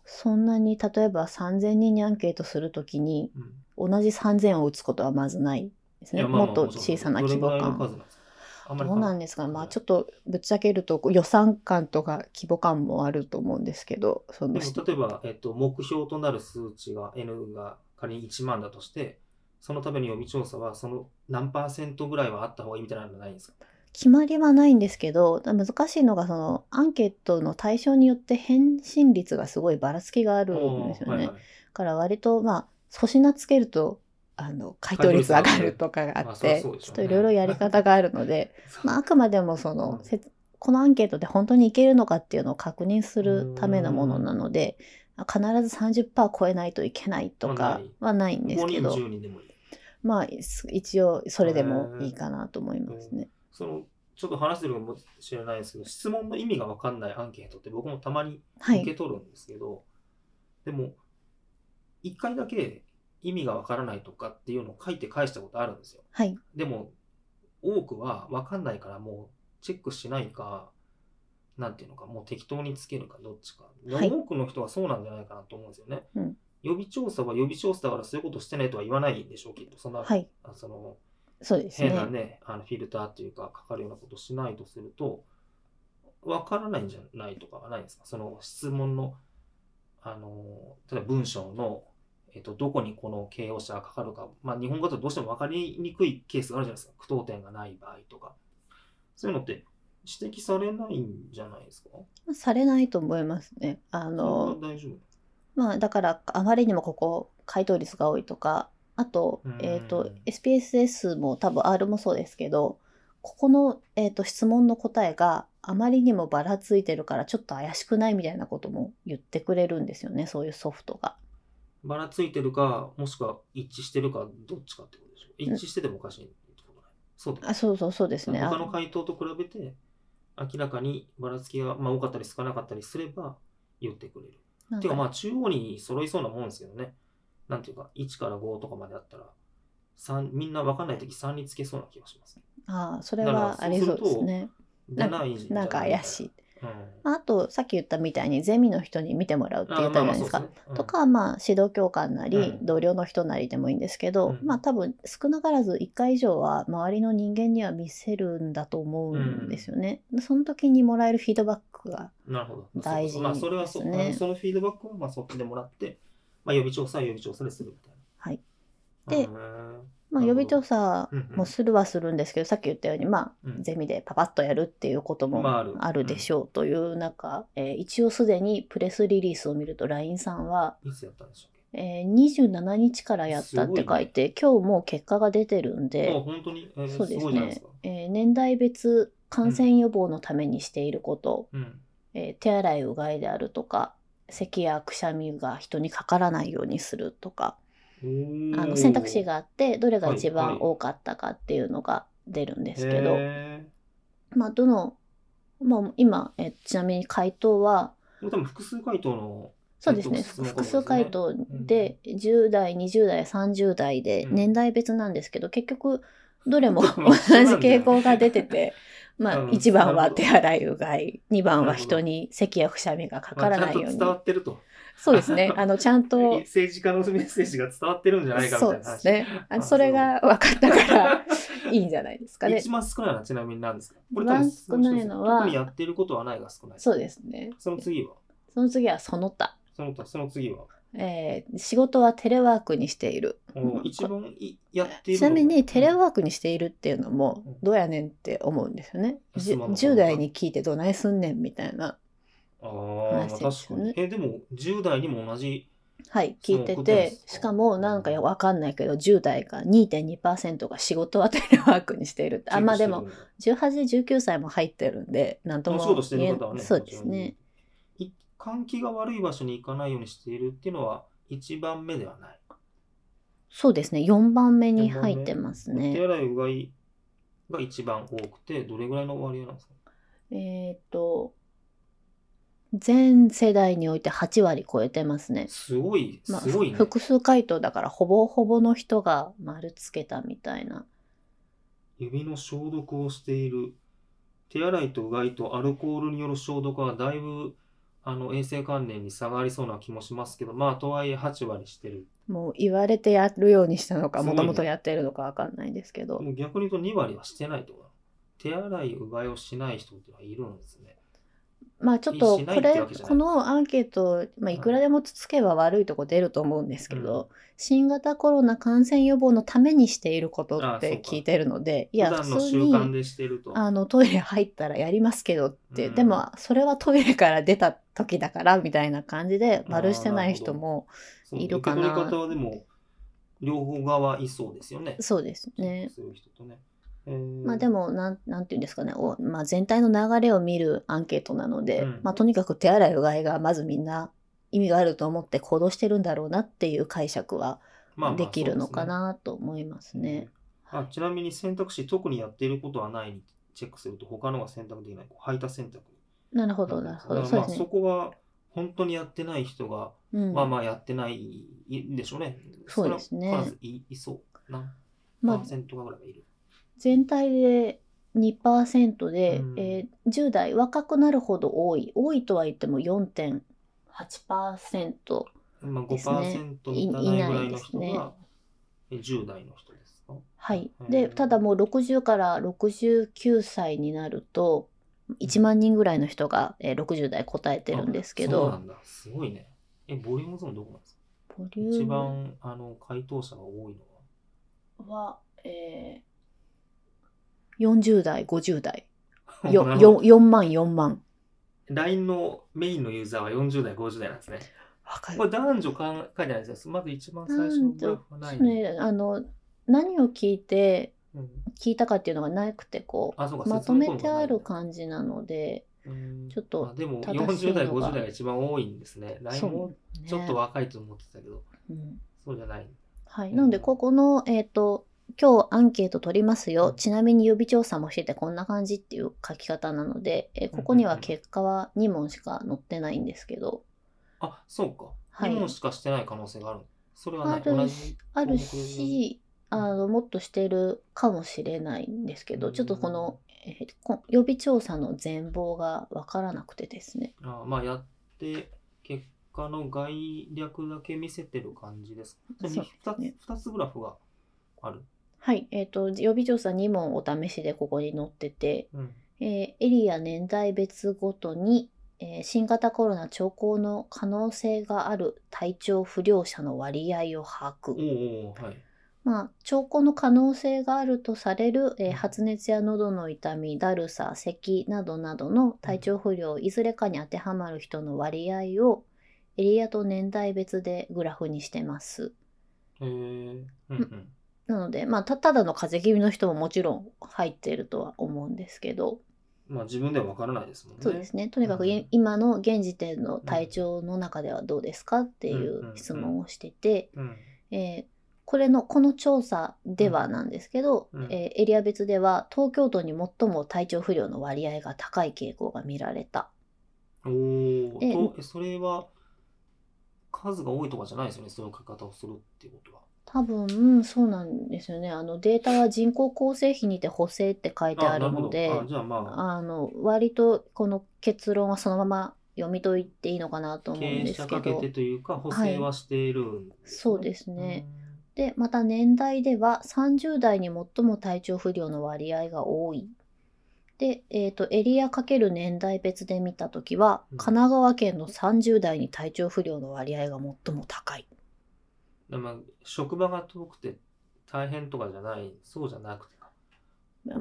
[SPEAKER 1] そんなに、例えば3000人にアンケートするときに、
[SPEAKER 2] うん
[SPEAKER 1] 同じ3000を打つことはまずないです
[SPEAKER 2] い
[SPEAKER 1] ね。
[SPEAKER 2] やまあ
[SPEAKER 1] もっ
[SPEAKER 2] まあ
[SPEAKER 1] と
[SPEAKER 2] もちろ
[SPEAKER 1] 小
[SPEAKER 2] ん
[SPEAKER 1] さな
[SPEAKER 2] どれ
[SPEAKER 1] 規模
[SPEAKER 2] ぐらいの
[SPEAKER 1] 感。
[SPEAKER 2] 数なんですかあんまり
[SPEAKER 1] どうなんですかね、
[SPEAKER 2] 数
[SPEAKER 1] まあ、ちょっとぶっちゃけるとこう予算感とか規模感もあると思うんですけどその
[SPEAKER 2] でも例えば、えっと、目標となる数値が N が仮に1万だとして、そのために予備調査はその何パーセントぐらいはあった方がいいみたいなのはないんですか
[SPEAKER 1] 決まりはないんですけど難しいのがそのアンケートの対象によって返信率がすごいばらつきがあるんですよね、
[SPEAKER 2] おーはい
[SPEAKER 1] だ
[SPEAKER 2] はい
[SPEAKER 1] から割とまあ粗品つけるとあの回答率上がるとかがあ
[SPEAKER 2] まあ
[SPEAKER 1] っ
[SPEAKER 2] そりゃ
[SPEAKER 1] て、
[SPEAKER 2] そうでし
[SPEAKER 1] ち
[SPEAKER 2] ょ
[SPEAKER 1] ょ
[SPEAKER 2] うね
[SPEAKER 1] っといろいろやり方があるので、まあ、あくまでもその、
[SPEAKER 2] うん
[SPEAKER 1] せつこのアンケートで本当にいけるのかっていうのを確認するためのものなので必ず30%超えないといけないとかはないんです
[SPEAKER 2] 5
[SPEAKER 1] け
[SPEAKER 2] 人
[SPEAKER 1] ど
[SPEAKER 2] 10人でもいい。
[SPEAKER 1] まあす一応それでもいいかなと思いますね。
[SPEAKER 2] そのちょっと話してるかもしれないですけど、質問の意味が分かんないアンケートって僕もたまに
[SPEAKER 1] は
[SPEAKER 2] 受け
[SPEAKER 1] い、
[SPEAKER 2] 取るんですけど、でも、1回だけ意味が分からないとかっていうのを書いて返したことあるんですよ。
[SPEAKER 1] はい、
[SPEAKER 2] でも、多くは分かんないからもうチェックしないか、なんていうのか、もう適当につけるか、どっちか。で
[SPEAKER 1] はい
[SPEAKER 2] 多くの人はそうなんじゃないかなと思うんですよね。
[SPEAKER 1] うん
[SPEAKER 2] 予備調査は予備調査だからそういうことしてねとは言わないでしょう、きっと。そんな、
[SPEAKER 1] はい、
[SPEAKER 2] あその
[SPEAKER 1] そうです
[SPEAKER 2] 変な
[SPEAKER 1] ね。
[SPEAKER 2] ね、あのフィルターっていうか、かかるようなことしないとすると、分からないんじゃないとかはないですか。その質問の、あの、例えば文章の、えっと、どこにこの形容詞がかかるか、まあ、日本語だとどうしても分かりにくいケースがあるじゃないですか。句読点がない場合とか。そういうのって指摘されないんじゃないですか
[SPEAKER 1] されないと思いますね。あ
[SPEAKER 2] そ
[SPEAKER 1] の
[SPEAKER 2] れは大丈夫。
[SPEAKER 1] まあだからあまりにもここ回答率が多いとかあと,、
[SPEAKER 2] うん
[SPEAKER 1] えー、と SPSS も多分 R もそうですけどここの、えー、と質問の答えがあまりにもばらついてるからちょっと怪しくないみたいなことも言ってくれるんですよねそういうソフトが。
[SPEAKER 2] ばらついてるか、もしくは一致してるか、どっちかってことでしょ。一致しててもおかしいってことない。そうだよね
[SPEAKER 1] あそうそうそうですね。
[SPEAKER 2] 他の
[SPEAKER 1] あ
[SPEAKER 2] 回答と比べて明らかにばらつきが、まあ、多かったり少なかったりすれば言ってくれる。
[SPEAKER 1] なん
[SPEAKER 2] ていうかま
[SPEAKER 1] か
[SPEAKER 2] あ中央に揃いそうなもんですけどね。なんていうか1から5とかまであったら三みんな分かんないとき3につけそうな気がします。
[SPEAKER 1] あそれ
[SPEAKER 2] だから
[SPEAKER 1] はありそうですね。
[SPEAKER 2] で
[SPEAKER 1] か
[SPEAKER 2] ないんじゃ
[SPEAKER 1] なんか怪
[SPEAKER 2] い
[SPEAKER 1] しい。
[SPEAKER 2] みたい
[SPEAKER 1] まああとさっき言ったみたいにゼミの人に見てもらうって
[SPEAKER 2] な。
[SPEAKER 1] 言
[SPEAKER 2] う
[SPEAKER 1] っ
[SPEAKER 2] ん。
[SPEAKER 1] たじゃないですか。と、か、まあ、指導教官なり、
[SPEAKER 2] うん
[SPEAKER 1] 同僚の人なりでもいいんですけど、
[SPEAKER 2] うん
[SPEAKER 1] まあ多分少なからず1回以上は周りの人間には見せるんだと思うんですよね。その時にもらえるフィードバックが、
[SPEAKER 2] うんなるほど。
[SPEAKER 1] 大事
[SPEAKER 2] そうそうまあそれはそ,、
[SPEAKER 1] ですね
[SPEAKER 2] そのフィードバックをまあそっちでもらって、まあ、予備調査は予備調査でするみたいな。
[SPEAKER 1] はいで
[SPEAKER 2] うん
[SPEAKER 1] まあ、
[SPEAKER 2] なる
[SPEAKER 1] 予
[SPEAKER 2] ほ
[SPEAKER 1] 備調
[SPEAKER 2] ど
[SPEAKER 1] 査もするはするんですけど、さっき言ったように、まあ、
[SPEAKER 2] うん
[SPEAKER 1] ゼミでパパッとやるっていうことも
[SPEAKER 2] まあある
[SPEAKER 1] あるでしょうという中、えー一応すでにプレスリリースを見ると LINE さんは、
[SPEAKER 2] いつやったんでしょうっ
[SPEAKER 1] えー27日からやったって書いて今日もう結果が出てるん
[SPEAKER 2] け、
[SPEAKER 1] で
[SPEAKER 2] あ、本当に、えー
[SPEAKER 1] そうです
[SPEAKER 2] すごいじゃない
[SPEAKER 1] ね
[SPEAKER 2] ですか。、
[SPEAKER 1] えー年代別感染予防のためにしていること、
[SPEAKER 2] うん
[SPEAKER 1] えー手洗いうがいであるとか咳やくしゃみが人にかからないようにするとか
[SPEAKER 2] あ
[SPEAKER 1] あの選択肢があってどれが一番多かったかっていうのが出るんですけど、
[SPEAKER 2] へ
[SPEAKER 1] まあどの、まあ、今、えーちなみに回答は
[SPEAKER 2] ー多分複数回答の
[SPEAKER 1] そうですね
[SPEAKER 2] えっと
[SPEAKER 1] 複数回答で10代20代30代で
[SPEAKER 2] うん
[SPEAKER 1] 年代別なんですけど、結局どれ も
[SPEAKER 2] ど
[SPEAKER 1] 同
[SPEAKER 2] れも
[SPEAKER 1] じ
[SPEAKER 2] 一緒なんだよ
[SPEAKER 1] 傾向が出て てまあ
[SPEAKER 2] うん
[SPEAKER 1] 1番
[SPEAKER 2] なる
[SPEAKER 1] は
[SPEAKER 2] ほど
[SPEAKER 1] 手洗いうがい2番
[SPEAKER 2] な
[SPEAKER 1] は
[SPEAKER 2] るほど
[SPEAKER 1] 人に咳やくしゃみがかからないように、
[SPEAKER 2] まあちゃんと伝わってると
[SPEAKER 1] そうです ねあのちゃんと
[SPEAKER 2] 政治家のメッセージが伝わってるんじゃないかみ
[SPEAKER 1] そ
[SPEAKER 2] た
[SPEAKER 1] う
[SPEAKER 2] い
[SPEAKER 1] で
[SPEAKER 2] な話
[SPEAKER 1] すねあ
[SPEAKER 2] あ
[SPEAKER 1] それが分かった からいいんじゃないですかね
[SPEAKER 2] 一番少ないのはちなみに何ですかこれ
[SPEAKER 1] 一番
[SPEAKER 2] 多分質問してるんですよ
[SPEAKER 1] 少ないのは
[SPEAKER 2] 特にやってることはないが少ない
[SPEAKER 1] そうですね
[SPEAKER 2] その次は
[SPEAKER 1] その次はその他、
[SPEAKER 2] その他その次は
[SPEAKER 1] えー仕事はテレワークにしている
[SPEAKER 2] お
[SPEAKER 1] うん
[SPEAKER 2] 一番いやっている
[SPEAKER 1] ちなみにテレ
[SPEAKER 2] ー
[SPEAKER 1] ワークにしているっていうの
[SPEAKER 2] うん
[SPEAKER 1] もどうやねんって思うんですよね。
[SPEAKER 2] うん
[SPEAKER 1] じゅ
[SPEAKER 2] 質問の
[SPEAKER 1] 10, 代に聞いてどないすんねんみたいな。
[SPEAKER 2] あーまあ
[SPEAKER 1] 話です
[SPEAKER 2] 確か
[SPEAKER 1] よね
[SPEAKER 2] にえでも10代にも同じ
[SPEAKER 1] はい、聞いて
[SPEAKER 2] そういうことで
[SPEAKER 1] て
[SPEAKER 2] す、
[SPEAKER 1] しかもなんかわかんないけど、10代が2.2%が仕事はテレワークにしている って。あ、まあでも、18、19歳も入ってるんで、なんと
[SPEAKER 2] お
[SPEAKER 1] も
[SPEAKER 2] 仕事して
[SPEAKER 1] 言え
[SPEAKER 2] る方はね、
[SPEAKER 1] そうですね。
[SPEAKER 2] もちろん。い換気が悪い場所に行かないようにしているっていうのは、一番目ではない。
[SPEAKER 1] そうですね。4番目に入ってます
[SPEAKER 2] お手
[SPEAKER 1] ね。
[SPEAKER 2] 洗い、うがいが一番多くて、どれぐらいの割合なんですか
[SPEAKER 1] えっ、と、全世代において8割超えてますね。
[SPEAKER 2] すごい、
[SPEAKER 1] まあ、
[SPEAKER 2] すごいね。
[SPEAKER 1] 複数回答だから、ほぼほぼの人が丸つけたみたいな。
[SPEAKER 2] 指の消毒をしている。手洗いとうがいとアルコールによる消毒はだいぶあの衛生関連に差がありそうな気もしますけど、まあとはいえ8割してる。
[SPEAKER 1] もう言われてやるようにしたのか、
[SPEAKER 2] すごい
[SPEAKER 1] もと
[SPEAKER 2] ね
[SPEAKER 1] もとやってるのかわかんないですけど。
[SPEAKER 2] もう逆に言うと2割はしてないってことなの手洗い、うがいをしない人っていうのはいるんですね。
[SPEAKER 1] まあちょっと
[SPEAKER 2] しない
[SPEAKER 1] こ
[SPEAKER 2] って
[SPEAKER 1] れ
[SPEAKER 2] わけじゃない
[SPEAKER 1] このアンケート、まあ、いくらでもつつけば悪いとこ出ると思うんですけど、新型コロナ感染予防のためにしていること
[SPEAKER 2] あ
[SPEAKER 1] っ
[SPEAKER 2] そう
[SPEAKER 1] て
[SPEAKER 2] か
[SPEAKER 1] 聞いてるのでい
[SPEAKER 2] 普
[SPEAKER 1] や
[SPEAKER 2] 段
[SPEAKER 1] 普
[SPEAKER 2] の
[SPEAKER 1] 通
[SPEAKER 2] 習慣
[SPEAKER 1] に
[SPEAKER 2] でしてると。
[SPEAKER 1] あのトイレ入ったらやりますけどって、
[SPEAKER 2] うん
[SPEAKER 1] でもそれはトイレから出た時だからみたいな感じで
[SPEAKER 2] あー
[SPEAKER 1] 丸してない人も
[SPEAKER 2] そう
[SPEAKER 1] いるかな
[SPEAKER 2] 受け取り方はでも、両方側いそうですよね。
[SPEAKER 1] そうですね。
[SPEAKER 2] そういう人とね。えー
[SPEAKER 1] まあでもなんなんていうんですかねお、まあ、全体の流れを見るアンケートなので、
[SPEAKER 2] うん
[SPEAKER 1] まあ、とにかく手洗いうがいがまずみんな意味があると思って行動してるんだろうなっていう解釈は
[SPEAKER 2] まあまあ
[SPEAKER 1] できるのか
[SPEAKER 2] そう
[SPEAKER 1] なと思います
[SPEAKER 2] ですね
[SPEAKER 1] ね。
[SPEAKER 2] あちなみに選択肢、特にやっていることはないにチェックすると、他のが選択できない、こう排他選択に
[SPEAKER 1] なるほど、なる
[SPEAKER 2] なって
[SPEAKER 1] ほ
[SPEAKER 2] ま
[SPEAKER 1] ど。
[SPEAKER 2] すだ
[SPEAKER 1] そう
[SPEAKER 2] か
[SPEAKER 1] です
[SPEAKER 2] らまあそ
[SPEAKER 1] ね。
[SPEAKER 2] こは本当にやってない人が、
[SPEAKER 1] うん
[SPEAKER 2] まあまあやってないんでしょうね。
[SPEAKER 1] そうですね
[SPEAKER 2] 少なからずいいそう。何
[SPEAKER 1] ま
[SPEAKER 2] パ
[SPEAKER 1] あ
[SPEAKER 2] ーセントかぐらいはいる。
[SPEAKER 1] 全体で2%で、
[SPEAKER 2] うん
[SPEAKER 1] えー10代若くなるほど多い。多いとは言っても4.8%。
[SPEAKER 2] まあ
[SPEAKER 1] ですね
[SPEAKER 2] 5%満たないぐらいの人
[SPEAKER 1] いいな
[SPEAKER 2] がえ10代の人ですか。
[SPEAKER 1] はい。
[SPEAKER 2] う
[SPEAKER 1] で、
[SPEAKER 2] ん
[SPEAKER 1] ただもう60から69歳になると、1万人ぐらいの人が、えー60代答えてるんですけ
[SPEAKER 2] あそうな
[SPEAKER 1] ど、
[SPEAKER 2] んだ。すごいね。え、ボリュームゾーンどこなんですか
[SPEAKER 1] ボリュ
[SPEAKER 2] 一
[SPEAKER 1] ーム
[SPEAKER 2] 番あの回答者が多いのは。
[SPEAKER 1] は、えー、40代、50代。 よ
[SPEAKER 2] なるほど
[SPEAKER 1] よ4万、4万。
[SPEAKER 2] LINE のメインのユーザーは40代、50代なんですね。
[SPEAKER 1] わか
[SPEAKER 2] これ男女か書いてないですよ。まず一番最初のグラフはない、
[SPEAKER 1] ね、あの何を聞いて
[SPEAKER 2] うん
[SPEAKER 1] 聞いたかっていうのがなくてこ
[SPEAKER 2] あ、そう
[SPEAKER 1] う
[SPEAKER 2] か、
[SPEAKER 1] まとめてある
[SPEAKER 2] か。
[SPEAKER 1] 感じなのでちょっ
[SPEAKER 2] う
[SPEAKER 1] と
[SPEAKER 2] んあでも
[SPEAKER 1] 正しい
[SPEAKER 2] 40
[SPEAKER 1] のが
[SPEAKER 2] 代、50代が一番多いんですね。LINE も
[SPEAKER 1] ね
[SPEAKER 2] ちょっと若いと思ってたけど、
[SPEAKER 1] うん
[SPEAKER 2] そうじゃない。
[SPEAKER 1] はい、
[SPEAKER 2] うん
[SPEAKER 1] なのでここの、えっと今日アンケート取りますよ、
[SPEAKER 2] うん
[SPEAKER 1] ちなみに予備調査もしててこんな感じっていう書き方なので、えーここには結果は2問しか載ってないんですけど、
[SPEAKER 2] あ、そうか。
[SPEAKER 1] はい
[SPEAKER 2] 2問しかしてない可能性がある。それはな
[SPEAKER 1] あ
[SPEAKER 2] い。同
[SPEAKER 1] る
[SPEAKER 2] じ
[SPEAKER 1] し。ある
[SPEAKER 2] 項目です
[SPEAKER 1] しあのもっとしてるかもしれないんですけど、
[SPEAKER 2] うん
[SPEAKER 1] ちょっとこの、えーこ予備調査の全貌がわからなくてですね
[SPEAKER 2] あまあ、やって、結果の概略だけ見せてる感じですか。
[SPEAKER 1] そう
[SPEAKER 2] 2
[SPEAKER 1] ね
[SPEAKER 2] つ、二つグラフがある。
[SPEAKER 1] はい、えー、と予備調査2問お試しでここに載ってて、
[SPEAKER 2] うん。
[SPEAKER 1] えーエリア年代別ごとに、えー新型コロナ兆候の可能性がある体調不良者の割合を把
[SPEAKER 2] お
[SPEAKER 1] 握、
[SPEAKER 2] ーおーはい。
[SPEAKER 1] まあ、兆候の可能性があるとされる、えー
[SPEAKER 2] うん
[SPEAKER 1] 発熱や喉の痛みだるさ咳などなどの体調不良いずれかに当てはまる人の割合をエリアと年代別でグラフにしてます。
[SPEAKER 2] へえ。うんうん。
[SPEAKER 1] なので、まあ、たただの風邪気味の人ももちろん入っているとは思うんですけど、
[SPEAKER 2] まあ自分では分からないですもんね。
[SPEAKER 1] そうですねとにかくい、
[SPEAKER 2] うん
[SPEAKER 1] 今の現時点の体調の中ではどうですかっていう質問をしてて、
[SPEAKER 2] うん。
[SPEAKER 1] えーこれのこの調査ではなんですけど、
[SPEAKER 2] うんうん
[SPEAKER 1] えーエリア別では東京都に最も体調不良の割合が高い傾向が見られた。
[SPEAKER 2] お
[SPEAKER 1] で
[SPEAKER 2] お。と、えそれは数が多いとかじゃないですよね。そういう書き方をするっていうことは。
[SPEAKER 1] 多分そうなんですよねあのデータは人口構成比にて補正って書いてあるので。
[SPEAKER 2] あ、じゃあまあ、
[SPEAKER 1] あの割とこの結論はそのまま読み解いていいのかなと思う
[SPEAKER 2] 経
[SPEAKER 1] ん
[SPEAKER 2] 営
[SPEAKER 1] です
[SPEAKER 2] 者
[SPEAKER 1] け
[SPEAKER 2] かけ
[SPEAKER 1] ど
[SPEAKER 2] てというか、補正はしているんですね
[SPEAKER 1] そうですね。でまた年代では30代に最も体調不良の割合が多いで、えー、とエリア×年代別で見た時は
[SPEAKER 2] うん
[SPEAKER 1] 神奈川県の30代に体調不良の割合が最も高い
[SPEAKER 2] うんまあ、職場が遠くて大変とかじゃない、そうじゃなくてか。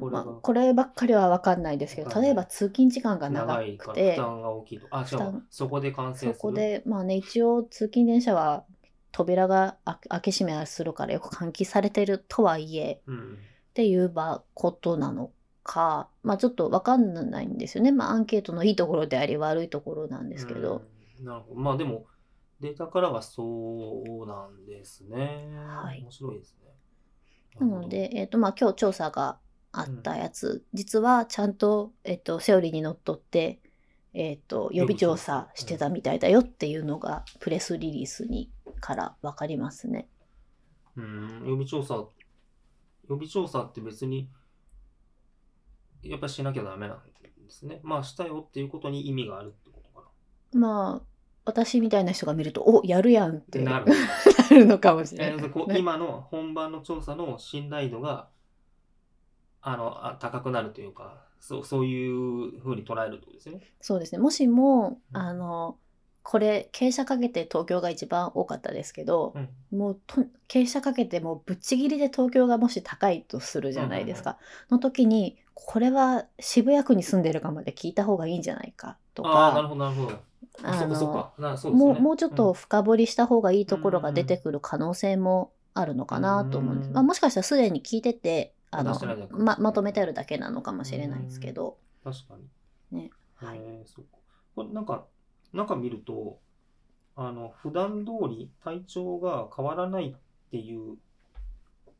[SPEAKER 1] こ
[SPEAKER 2] こ
[SPEAKER 1] れ,、
[SPEAKER 2] れ
[SPEAKER 1] ま
[SPEAKER 2] は
[SPEAKER 1] あ、こればっかりは分かんないですけ
[SPEAKER 2] わ
[SPEAKER 1] ど
[SPEAKER 2] かんない
[SPEAKER 1] 例えば通勤時間が長
[SPEAKER 2] 長いか
[SPEAKER 1] く
[SPEAKER 2] ら負
[SPEAKER 1] て
[SPEAKER 2] 担が大きいと。あ、じゃ
[SPEAKER 1] 負
[SPEAKER 2] あ
[SPEAKER 1] 担
[SPEAKER 2] そこで感染す
[SPEAKER 1] そ
[SPEAKER 2] る。
[SPEAKER 1] こでまあね一応通勤電車は扉が開開け閉めするからよく換気されてるとはいえ
[SPEAKER 2] うん。
[SPEAKER 1] っていうばことなのかまあちょっと分かんないんですよね、まあ、アンケートのいいところであり悪いところなんですけど、
[SPEAKER 2] うん。なるほど。まあでも、データからはそうなんですね。
[SPEAKER 1] はい
[SPEAKER 2] 面白いですね。
[SPEAKER 1] なので、えっとまあ、今日調査があったやつ、実はちゃんと,、えっとセオリーにのっとって、えっと予備調査してたみたいだよっていうのがプレスリリースにから分かりますね。
[SPEAKER 2] なるほど。うん。予備調査、予備調査って別に、やっぱりしなきゃダメなんですね。まあ、したよっていうことに意味があるってことかな。
[SPEAKER 1] まあ私みたいな人が見るとおやるやんっ
[SPEAKER 2] って
[SPEAKER 1] てな
[SPEAKER 2] なる。
[SPEAKER 1] るのかもしれ
[SPEAKER 2] え
[SPEAKER 1] ない、
[SPEAKER 2] ーこう今の本番の調査の信頼度があのあ高くなるというかそうそういうふうに捉えるってことですね。
[SPEAKER 1] そうですねもしも
[SPEAKER 2] うん
[SPEAKER 1] あのこれ傾斜かけて東京が一番多かったですけど、
[SPEAKER 2] うん
[SPEAKER 1] もうと傾斜かけてもうぶっちぎりで東京がもし高いとするじゃないですか、の時にこれは渋谷区に住んでるかまで聞いた方がいいんじゃないかと
[SPEAKER 2] ああなる
[SPEAKER 1] か
[SPEAKER 2] ほどなるほど。あ
[SPEAKER 1] あ
[SPEAKER 2] そっか
[SPEAKER 1] の
[SPEAKER 2] そっかなそうですね
[SPEAKER 1] もうもうちょっと深掘りした方がいいところが出てくる可能性もあるのかなと思うんです、
[SPEAKER 2] うん
[SPEAKER 1] まあ、もしかしたらすでに聞いててあ
[SPEAKER 2] 出
[SPEAKER 1] の
[SPEAKER 2] してないだけ
[SPEAKER 1] ままとめてあるだけなのかもしれないですけど、
[SPEAKER 2] うん確かに。
[SPEAKER 1] ねはい
[SPEAKER 2] えーそっかこれなんか中見るとあの普段通り体調が変わらないっていう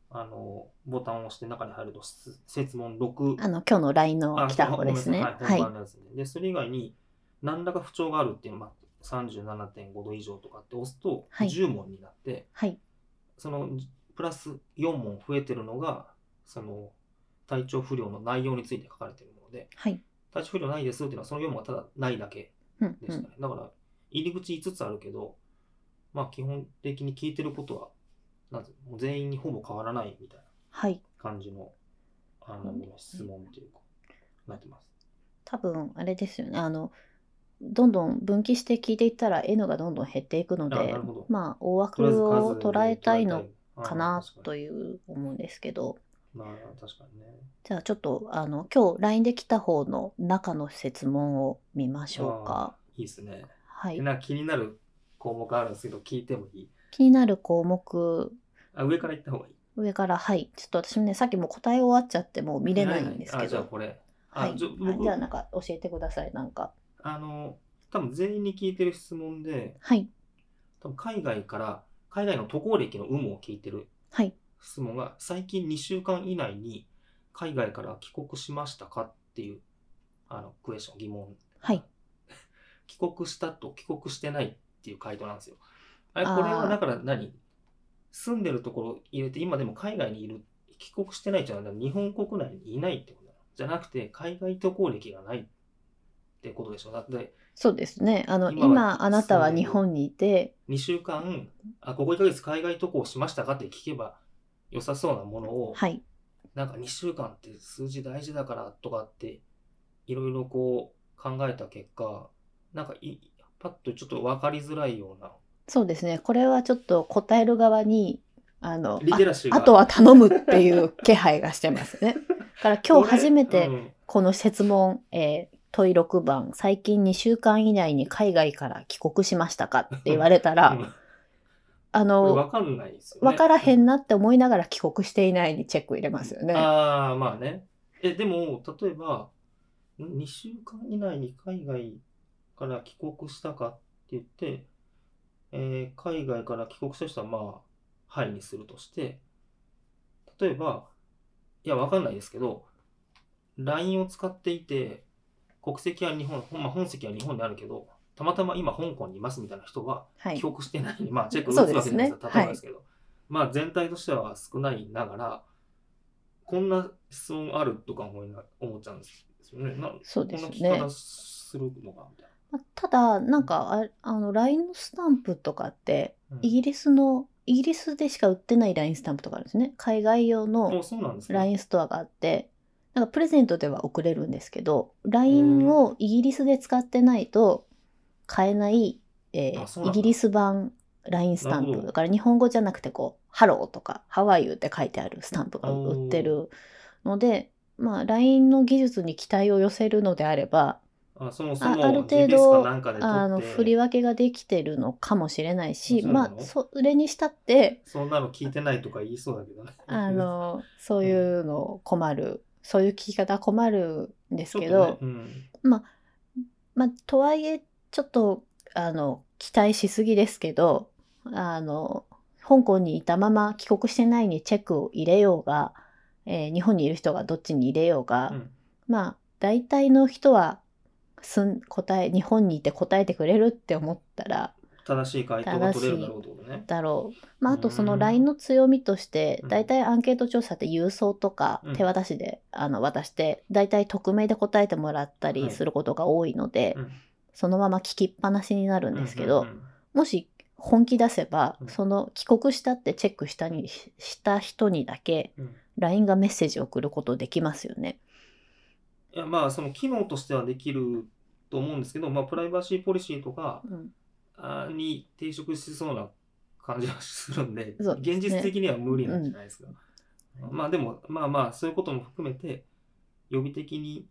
[SPEAKER 2] あのボタンを押して中に入ると質設問6。
[SPEAKER 1] あの今日の LINE の
[SPEAKER 2] あ
[SPEAKER 1] 来た方ですね。
[SPEAKER 2] そうご
[SPEAKER 1] は
[SPEAKER 2] めんなさいはい、
[SPEAKER 1] い
[SPEAKER 2] 本番のやつねで、それ以外に、何らか不調があるっていうのは、まあ、37.5度以上とかって押すと、
[SPEAKER 1] はい
[SPEAKER 2] 10問になって、
[SPEAKER 1] はい
[SPEAKER 2] そのプラス4問増えてるのが、その体調不良の内容について書かれてるので、
[SPEAKER 1] はい
[SPEAKER 2] 体調不良ないですっていうのは、その4問はただないだけ
[SPEAKER 1] うん
[SPEAKER 2] で
[SPEAKER 1] う
[SPEAKER 2] した
[SPEAKER 1] ん
[SPEAKER 2] ね。だから、入り口5つあるけど、まあ、基本的に聞いてることは、なんていうのもう全員にほぼ変わらないみたいな
[SPEAKER 1] はい
[SPEAKER 2] 感じのあの質問というか、なってます。
[SPEAKER 1] 多分あれですよねあのどんどん分岐して聞いていったら N がどんどん減っていくの
[SPEAKER 2] あ
[SPEAKER 1] で
[SPEAKER 2] なるほど
[SPEAKER 1] まあ大
[SPEAKER 2] とりあえず
[SPEAKER 1] 枠を
[SPEAKER 2] 数
[SPEAKER 1] 捉えたいの
[SPEAKER 2] 捉えたい
[SPEAKER 1] かな
[SPEAKER 2] あー
[SPEAKER 1] という思うんですけど
[SPEAKER 2] まあ確かにね。
[SPEAKER 1] じゃあちょっとあの今日 LINE で来た方の中の設問を見ましょうか。
[SPEAKER 2] あー。いいですね。
[SPEAKER 1] はい、
[SPEAKER 2] なんか気になる項目あるんですけど、聞いてもいい
[SPEAKER 1] 気になる項目
[SPEAKER 2] あ上から行った方がいい。
[SPEAKER 1] 上からはいちょっと私もねさっきもう答え終わっちゃってもう見れないんですけ
[SPEAKER 2] あじゃあ
[SPEAKER 1] ど
[SPEAKER 2] これ。
[SPEAKER 1] は
[SPEAKER 2] あ、
[SPEAKER 1] い
[SPEAKER 2] じゃあ
[SPEAKER 1] あじゃあ
[SPEAKER 2] 僕、
[SPEAKER 1] なんか教えてくださいなんか
[SPEAKER 2] あの、多分全員に聞いてる質問で、
[SPEAKER 1] はい
[SPEAKER 2] 多分海外から、海外の渡航歴の有無を聞いてる
[SPEAKER 1] はい
[SPEAKER 2] 質問が、最近2週間以内に海外から帰国しましたかっていう、あの、クエスチョン、疑問。
[SPEAKER 1] はい。
[SPEAKER 2] 帰国したと帰国してないっていう回答なんですよ。あれ、
[SPEAKER 1] あ
[SPEAKER 2] こ
[SPEAKER 1] ー
[SPEAKER 2] れはだから何住んでるところ入れて、今でも海外にいる、帰国してないっていうのは日本国内にいないってことなのじゃなくて、海外渡航歴がないってことでしょ。だって、
[SPEAKER 1] そうですねあの
[SPEAKER 2] 今は
[SPEAKER 1] 今あなたは日本にいて
[SPEAKER 2] 2週間、あ、ここ1ヶ月海外渡航しましたかって聞けば良さそうなものを、
[SPEAKER 1] はい
[SPEAKER 2] なんか2週間って数字大事だからとかっていろいろこう考えた結果、なんかいパッとちょっと分かりづらいような、
[SPEAKER 1] そうですね。これはちょっと答える側に、あの、
[SPEAKER 2] リテラシー
[SPEAKER 1] あ
[SPEAKER 2] が
[SPEAKER 1] あとは頼むっていう気配がしてます ね。だから今日初め
[SPEAKER 2] う
[SPEAKER 1] て
[SPEAKER 2] ん
[SPEAKER 1] この質問、えー問い6番、最近2週間以内に海外から帰国しましたかって言われた
[SPEAKER 2] う
[SPEAKER 1] ら、
[SPEAKER 2] ん
[SPEAKER 1] あ
[SPEAKER 2] これ
[SPEAKER 1] の、
[SPEAKER 2] わかんないですよね。
[SPEAKER 1] わからへんなって思いながら帰国していないにチェック入れますよね。
[SPEAKER 2] ああ、まあね。え、でも、例えば、ん2週間以内に海外から帰国したかって言って、えー海外から帰国した人は、まあ、はいにするとして、例えば、いや、わかんないですけど、LINE を使っていて、国籍は日本、ほんまあ、本籍は日本にあるけど、たまたま今、香港にいますみたいな人は、
[SPEAKER 1] はい
[SPEAKER 2] 記。憶してない、まあチェック打つ
[SPEAKER 1] そ
[SPEAKER 2] わ
[SPEAKER 1] う
[SPEAKER 2] け
[SPEAKER 1] で
[SPEAKER 2] じゃ
[SPEAKER 1] す
[SPEAKER 2] ない
[SPEAKER 1] ね
[SPEAKER 2] ですか、例えばですけど、まあ全体としては少ないながら、こんな質問あるとか思いな思っちゃうんですよね。な
[SPEAKER 1] そう
[SPEAKER 2] こ
[SPEAKER 1] で
[SPEAKER 2] ん
[SPEAKER 1] す
[SPEAKER 2] な
[SPEAKER 1] よ
[SPEAKER 2] 聞き
[SPEAKER 1] ね
[SPEAKER 2] 方。するのかみたい
[SPEAKER 1] まあただ、なんかあ、あの、LINE のスタンプとかって、
[SPEAKER 2] な。うん
[SPEAKER 1] イギリスの、イギリスでしか売ってない LINE スタンプとかあるんですね。海外用の
[SPEAKER 2] おそうなんですね。
[SPEAKER 1] LINE ストアがあってなんかプレゼントでは送れるんですけど LINE をイギリスで使ってないと買えない、えー
[SPEAKER 2] あそうなんだ
[SPEAKER 1] イギリス版 LINE スタン
[SPEAKER 2] なるほ
[SPEAKER 1] プ
[SPEAKER 2] ど
[SPEAKER 1] だから日本語じゃなくてこう「ハロー」とか「ハワイユ」って書いてあるスタンプが売ってるのでまあ、LINE の技術に期待を寄せるのであれば、
[SPEAKER 2] あそもそ
[SPEAKER 1] あある
[SPEAKER 2] も
[SPEAKER 1] 程度
[SPEAKER 2] GPS かなんかで撮って
[SPEAKER 1] あの振り分けができてるのかもしれないし、
[SPEAKER 2] そうな
[SPEAKER 1] ま
[SPEAKER 2] の
[SPEAKER 1] あ、それにしたって
[SPEAKER 2] そんなの聞いてないとか言いそうだけどね。
[SPEAKER 1] あのそういうの困るそういう聞き方困るんです
[SPEAKER 2] ちょっとね、
[SPEAKER 1] けど、
[SPEAKER 2] うん
[SPEAKER 1] まあ、とはいえちょっとあの期待しすぎですけどあの香港にいたまま帰国してないにチェックを入れようが、えー日本にいる人がどっちに入れようが、
[SPEAKER 2] うん
[SPEAKER 1] まあ大体の人はすん答え日本にいて答えてくれるって思ったら
[SPEAKER 2] 正しい回答が取れるだろうってことね。
[SPEAKER 1] だろう、まあ、あとそうの
[SPEAKER 2] ん
[SPEAKER 1] LINE の強みとして
[SPEAKER 2] うん
[SPEAKER 1] 大体アンケート調査って郵送とか
[SPEAKER 2] うん
[SPEAKER 1] 手渡しで、あの渡して大体匿名で答えてもらった
[SPEAKER 2] はい
[SPEAKER 1] りすることが多いので、
[SPEAKER 2] うん
[SPEAKER 1] そのまま聞きっぱなしになるんですけど、
[SPEAKER 2] うんうんうん
[SPEAKER 1] もし本気出せば、
[SPEAKER 2] うん
[SPEAKER 1] その帰国したってチェックしたにしした人にだけ
[SPEAKER 2] うん
[SPEAKER 1] LINE がメッセージ送ることできますよね。
[SPEAKER 2] いやまあその機能としてはできると思うんですけど、まあ、プライバシーポリシーとか
[SPEAKER 1] うん
[SPEAKER 2] あに抵触しそうな感じがするんで
[SPEAKER 1] そうですね
[SPEAKER 2] 現実的には無理なんじゃないですか。まあでもまあまあそういうことも含めて予備的に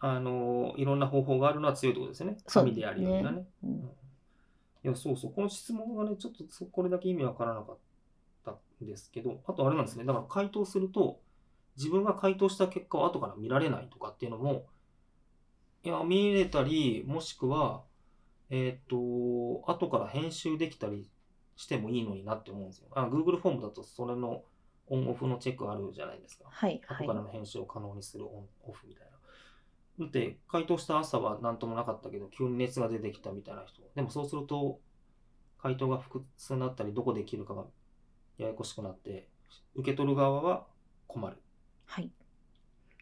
[SPEAKER 2] あのいろんな方法があるのは強いところですよね。
[SPEAKER 1] そう
[SPEAKER 2] 紙でやるよりはね。
[SPEAKER 1] うん
[SPEAKER 2] いや、そうそう、この質問がね、ちょっとそこれだけ意味わからなかったんですけど、あとあれなんですね、だから回答すると、自分が回答した結果を後から見られないとかっていうのも、いや、見れたり、もしくは、えっ、と、後から編集できたりしてもいいのになって思うんですよ。あ Google フォームだと、それのオンオフのチェックあるじゃないですか。
[SPEAKER 1] はいは
[SPEAKER 2] 後
[SPEAKER 1] い
[SPEAKER 2] からの編集を可能にするオンオフみたいな。だって回答した朝は何ともなかったけど急に熱が出てきたみたいな人でもそうすると回答が複数になったりどこで切るかがややこしくなって受け取る側は困る。
[SPEAKER 1] はい。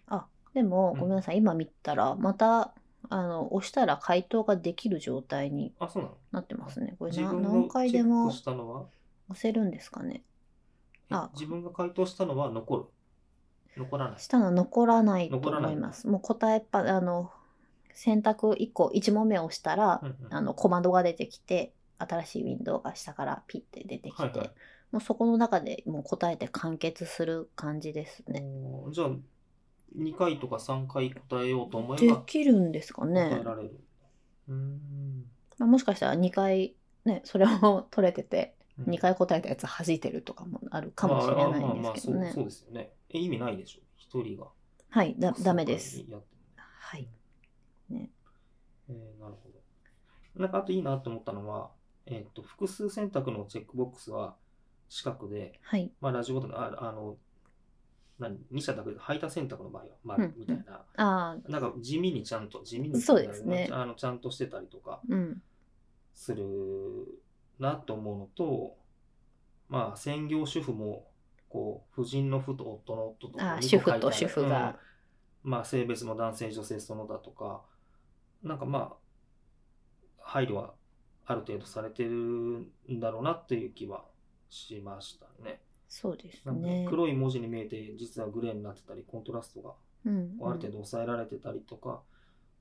[SPEAKER 1] あ、でも、
[SPEAKER 2] うん
[SPEAKER 1] ごめんなさい。今見たら、また、あの、押したら回答ができる状態に
[SPEAKER 2] あそうなの
[SPEAKER 1] なってますね。これ
[SPEAKER 2] 自
[SPEAKER 1] な、
[SPEAKER 2] 分
[SPEAKER 1] 何
[SPEAKER 2] が
[SPEAKER 1] 回
[SPEAKER 2] チェ
[SPEAKER 1] で
[SPEAKER 2] ッ
[SPEAKER 1] も
[SPEAKER 2] クしたのは
[SPEAKER 1] 押せるんですかね。
[SPEAKER 2] え
[SPEAKER 1] あ
[SPEAKER 2] 自分が回答したのは残る残らない。
[SPEAKER 1] したの残らないと
[SPEAKER 2] 残ら
[SPEAKER 1] 思
[SPEAKER 2] な
[SPEAKER 1] い
[SPEAKER 2] い
[SPEAKER 1] ます。もう答えっぱ、あの、選択1個、1問目を押したら
[SPEAKER 2] う、んうん
[SPEAKER 1] あの、コマンドが出てきて、新しいウィンドウが下からピッて出てきて、
[SPEAKER 2] はいはい
[SPEAKER 1] もうそこの中でもう答えて完結する感じですね。
[SPEAKER 2] おーじゃあ2回とか3回答えようと思え
[SPEAKER 1] で
[SPEAKER 2] ば
[SPEAKER 1] きるんですかね。
[SPEAKER 2] 答えられる。うーん
[SPEAKER 1] まあ、もしかしたら2回ねそれを取れてて
[SPEAKER 2] うん
[SPEAKER 1] 2回答えたやつ弾いてるとかもあるかもしれないんですけど
[SPEAKER 2] まあまあまあ
[SPEAKER 1] ね
[SPEAKER 2] そうそうですよね。え意味ないでしょ。一人が。
[SPEAKER 1] はいだダメです
[SPEAKER 2] やって
[SPEAKER 1] はい
[SPEAKER 2] えーなるほど。なんかあといいなと思ったのは、えっと複数選択のチェックボックスは四角で、
[SPEAKER 1] はい
[SPEAKER 2] まあ、ラジオごとのああの何2社だけで排他選択の場合は
[SPEAKER 1] う
[SPEAKER 2] 丸
[SPEAKER 1] ん
[SPEAKER 2] みたいな、
[SPEAKER 1] ああ
[SPEAKER 2] なんか地味にちゃんと地味に
[SPEAKER 1] そうですね
[SPEAKER 2] あのちゃんとしてたりとか
[SPEAKER 1] うん
[SPEAKER 2] するなと思うのと、まあ、専業主婦もこう婦人の婦と夫の夫と
[SPEAKER 1] ああ
[SPEAKER 2] 二
[SPEAKER 1] 主
[SPEAKER 2] 個
[SPEAKER 1] 婦
[SPEAKER 2] 書いてあ
[SPEAKER 1] と
[SPEAKER 2] る
[SPEAKER 1] 主婦
[SPEAKER 2] うん
[SPEAKER 1] が、
[SPEAKER 2] まあ、性別も男性、女性そのだとか、なんかまあ、配慮はある程度されてるんだろうなっていう気はしましたね。
[SPEAKER 1] そうです
[SPEAKER 2] なんか
[SPEAKER 1] ね
[SPEAKER 2] 黒い文字に見えて、実はグレーになってたり、コントラストが
[SPEAKER 1] うん
[SPEAKER 2] ある程度抑えられてたりとか、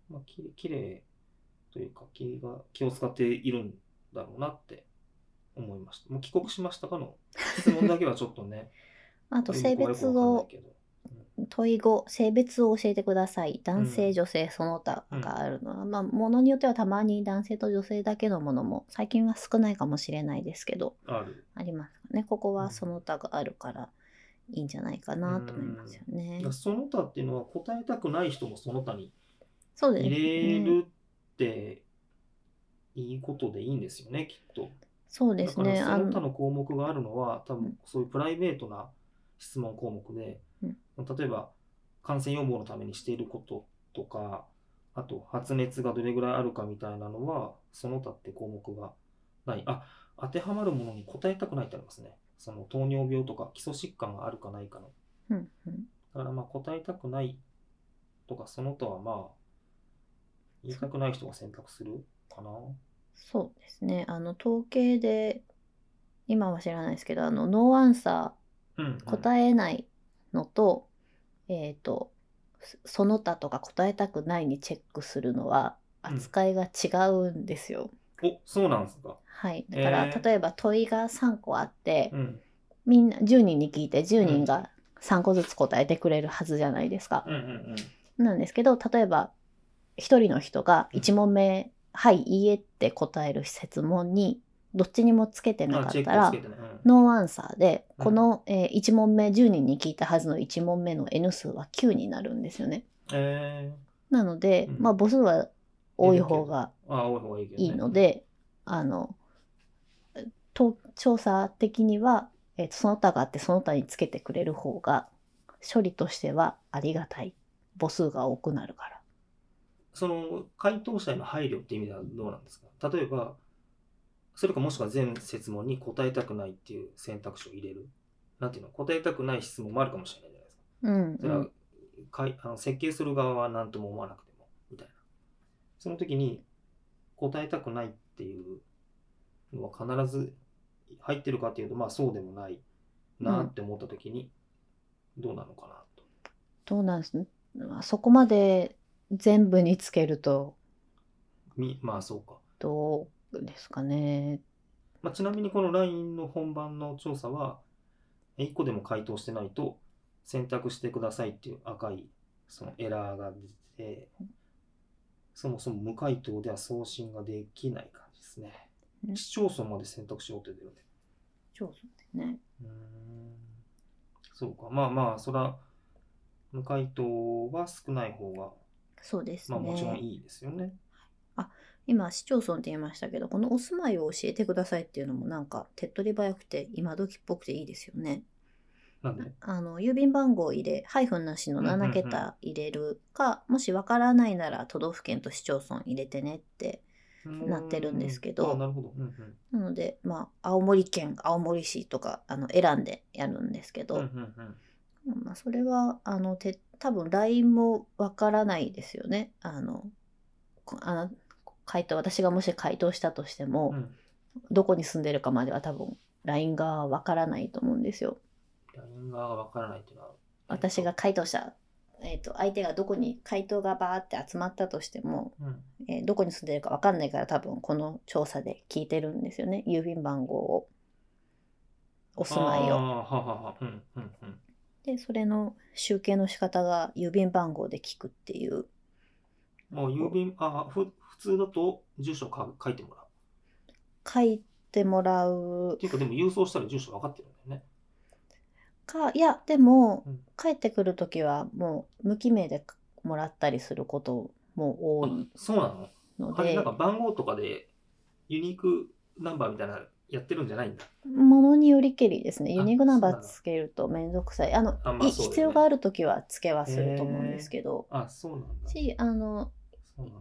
[SPEAKER 2] まあ、ききれいというか気が、気を使っているんだろうなって思いました。もう帰国しましたかの質問だけはちょっとね、
[SPEAKER 1] あと性別
[SPEAKER 2] よくわかんない
[SPEAKER 1] を
[SPEAKER 2] けど
[SPEAKER 1] 問い語性別を教えてください男
[SPEAKER 2] う
[SPEAKER 1] 性
[SPEAKER 2] ん
[SPEAKER 1] 女性その他があるのは、まあものによってはたまに男性と女性だけのものも最近は少ないかもしれないですけど
[SPEAKER 2] ある。
[SPEAKER 1] ありますかねここ
[SPEAKER 2] うん
[SPEAKER 1] はその他があるからいいんじゃないかなと思いますよね
[SPEAKER 2] いやその他っていうのは答えたくない人もその他に
[SPEAKER 1] そうです
[SPEAKER 2] 入
[SPEAKER 1] ね
[SPEAKER 2] れるっていいことでいいんですよね、きっと。
[SPEAKER 1] そうで
[SPEAKER 2] だ
[SPEAKER 1] す
[SPEAKER 2] から
[SPEAKER 1] ね
[SPEAKER 2] そ
[SPEAKER 1] あ
[SPEAKER 2] の他
[SPEAKER 1] の
[SPEAKER 2] の項目があるのは、多
[SPEAKER 1] う
[SPEAKER 2] 分
[SPEAKER 1] ん
[SPEAKER 2] そういうプライベートな質問項目で、
[SPEAKER 1] うん
[SPEAKER 2] 例えば感染予防のためにしていることとか、あと発熱がどれぐらいあるかみたいなのは、その他って項目がない。あ、当てはまるものに答えたくないってありますね。その糖尿病とか基礎疾患があるかないかの。
[SPEAKER 1] うんうん
[SPEAKER 2] だからまあ答えたくないとかその他はまあ言いたくない人が選択するかな。
[SPEAKER 1] そうですねあの統計で今は知らないですけどあのノーアンサ
[SPEAKER 2] うん、
[SPEAKER 1] ー答えないのと、えっ、とそその他とか答えたくないにチェックするのは
[SPEAKER 2] うん
[SPEAKER 1] 扱いが違うんですよ、
[SPEAKER 2] え。おそうなんですか。
[SPEAKER 1] はいだから、
[SPEAKER 2] えー
[SPEAKER 1] 例えば問いが3個あって、
[SPEAKER 2] うん。
[SPEAKER 1] みんな10人に聞いて10人が3個ずつ答えてくれるはずじゃないですか。
[SPEAKER 2] うんうん
[SPEAKER 1] なんですけど例えば1人の人が1問目「はい」「いいえ」って答える設問にどっちにもつけて
[SPEAKER 2] うん。
[SPEAKER 1] な
[SPEAKER 2] あ、
[SPEAKER 1] かっ
[SPEAKER 2] チェッ
[SPEAKER 1] た
[SPEAKER 2] クを
[SPEAKER 1] ら
[SPEAKER 2] つけてね。うん
[SPEAKER 1] ノーアンサーで
[SPEAKER 2] うん
[SPEAKER 1] この、え1問目10人に聞いたはずの1問目の N 数は9になるんですよね。
[SPEAKER 2] え
[SPEAKER 1] なので、
[SPEAKER 2] うん
[SPEAKER 1] まあ母数は多い方が
[SPEAKER 2] ー、あ、多い方がいいけど、ね。
[SPEAKER 1] いいの。で、あのと調査的には、えーとその他があってその他につけてくれる方が処理としてはありがたい母数が多くなるから。
[SPEAKER 2] その、回答者への配慮って意味ではどうなんですか例えば、それかもしくは全設問に答えたくないっていう選択肢を入れる。なんていうの答えたくない質問もあるかもしれないじゃないですか。
[SPEAKER 1] うん
[SPEAKER 2] それはかいあの設計する側は何とも思わなくてもみたいなその時に答えたくないっていうのは必ず入ってるかっていうとまあそうでもないなって思った時にどうなのかなと、
[SPEAKER 1] どうなんですね、まあ、そこまで全部につけると
[SPEAKER 2] みまあそうか、
[SPEAKER 1] どうですかね。
[SPEAKER 2] まあ、ちなみにこの LINE の本番の調査は1個でも回答してないと選択してくださいっていう赤いそのエラーが出てそもそも無回答では送信ができない感じですね
[SPEAKER 1] うん
[SPEAKER 2] 市町村まで選択肢をって出るね
[SPEAKER 1] 上手ですね。
[SPEAKER 2] うーんそうかまあまあそら無回答は少ない方が
[SPEAKER 1] そうです
[SPEAKER 2] まあ
[SPEAKER 1] ね。
[SPEAKER 2] もちろんいいですよね
[SPEAKER 1] 今市町村って言いましたけどこのお住まいを教えてくださいっていうのもなんか手っ取り早くて今時っぽくていいですよね。
[SPEAKER 2] なんで
[SPEAKER 1] あの郵便番号入れハイフンなしの
[SPEAKER 2] うんうんうん
[SPEAKER 1] 7桁入れるか、もしわからないなら都道府県と市町村入れてねってなってるんですけど
[SPEAKER 2] うーんあなるほど、うんうん
[SPEAKER 1] なのでまあ青森県青森市とかあの選んでやるんですけど、
[SPEAKER 2] うんうんうん
[SPEAKER 1] まあ、それはあのて多分 LINE もわからないですよね。あのこあの回答私がもし回答したとしても、
[SPEAKER 2] うん
[SPEAKER 1] どこに住んでるかまでは多分 LINE 側はわからないと思うんですよ。
[SPEAKER 2] LINE 側がわからないっていうのは
[SPEAKER 1] 私が回答者、えー、と相手がどこに回答がバーって集まったとしても、
[SPEAKER 2] うん
[SPEAKER 1] えーどこに住んでるかわかんないから多分この調査で聞いてるんですよね郵便番号をお住まい
[SPEAKER 2] あー
[SPEAKER 1] を。
[SPEAKER 2] はははうんうんうん
[SPEAKER 1] でそれの集計の仕方が郵便番号で聞くっていう
[SPEAKER 2] もう郵便あふ普通だと住所か書いてもらう
[SPEAKER 1] 書いてもらう
[SPEAKER 2] っていうかでも郵送したら住所分かってるんだよね
[SPEAKER 1] かいやでも、
[SPEAKER 2] うん
[SPEAKER 1] 帰ってくる時はもう無記名でもらったりすることも多い
[SPEAKER 2] あそうなの
[SPEAKER 1] の
[SPEAKER 2] あれ
[SPEAKER 1] で
[SPEAKER 2] なんか番号とかでユニークナンバーみたいなのやってるんじゃないんだ
[SPEAKER 1] ものによりけりですね
[SPEAKER 2] あ
[SPEAKER 1] ユニークナンバー
[SPEAKER 2] そうなんだ
[SPEAKER 1] つけると面倒くさいあの
[SPEAKER 2] あまあ
[SPEAKER 1] い
[SPEAKER 2] そうだよね
[SPEAKER 1] 必要がある時はつけはすると思うんですけど
[SPEAKER 2] あそうなんだ
[SPEAKER 1] しあの
[SPEAKER 2] そうなんだ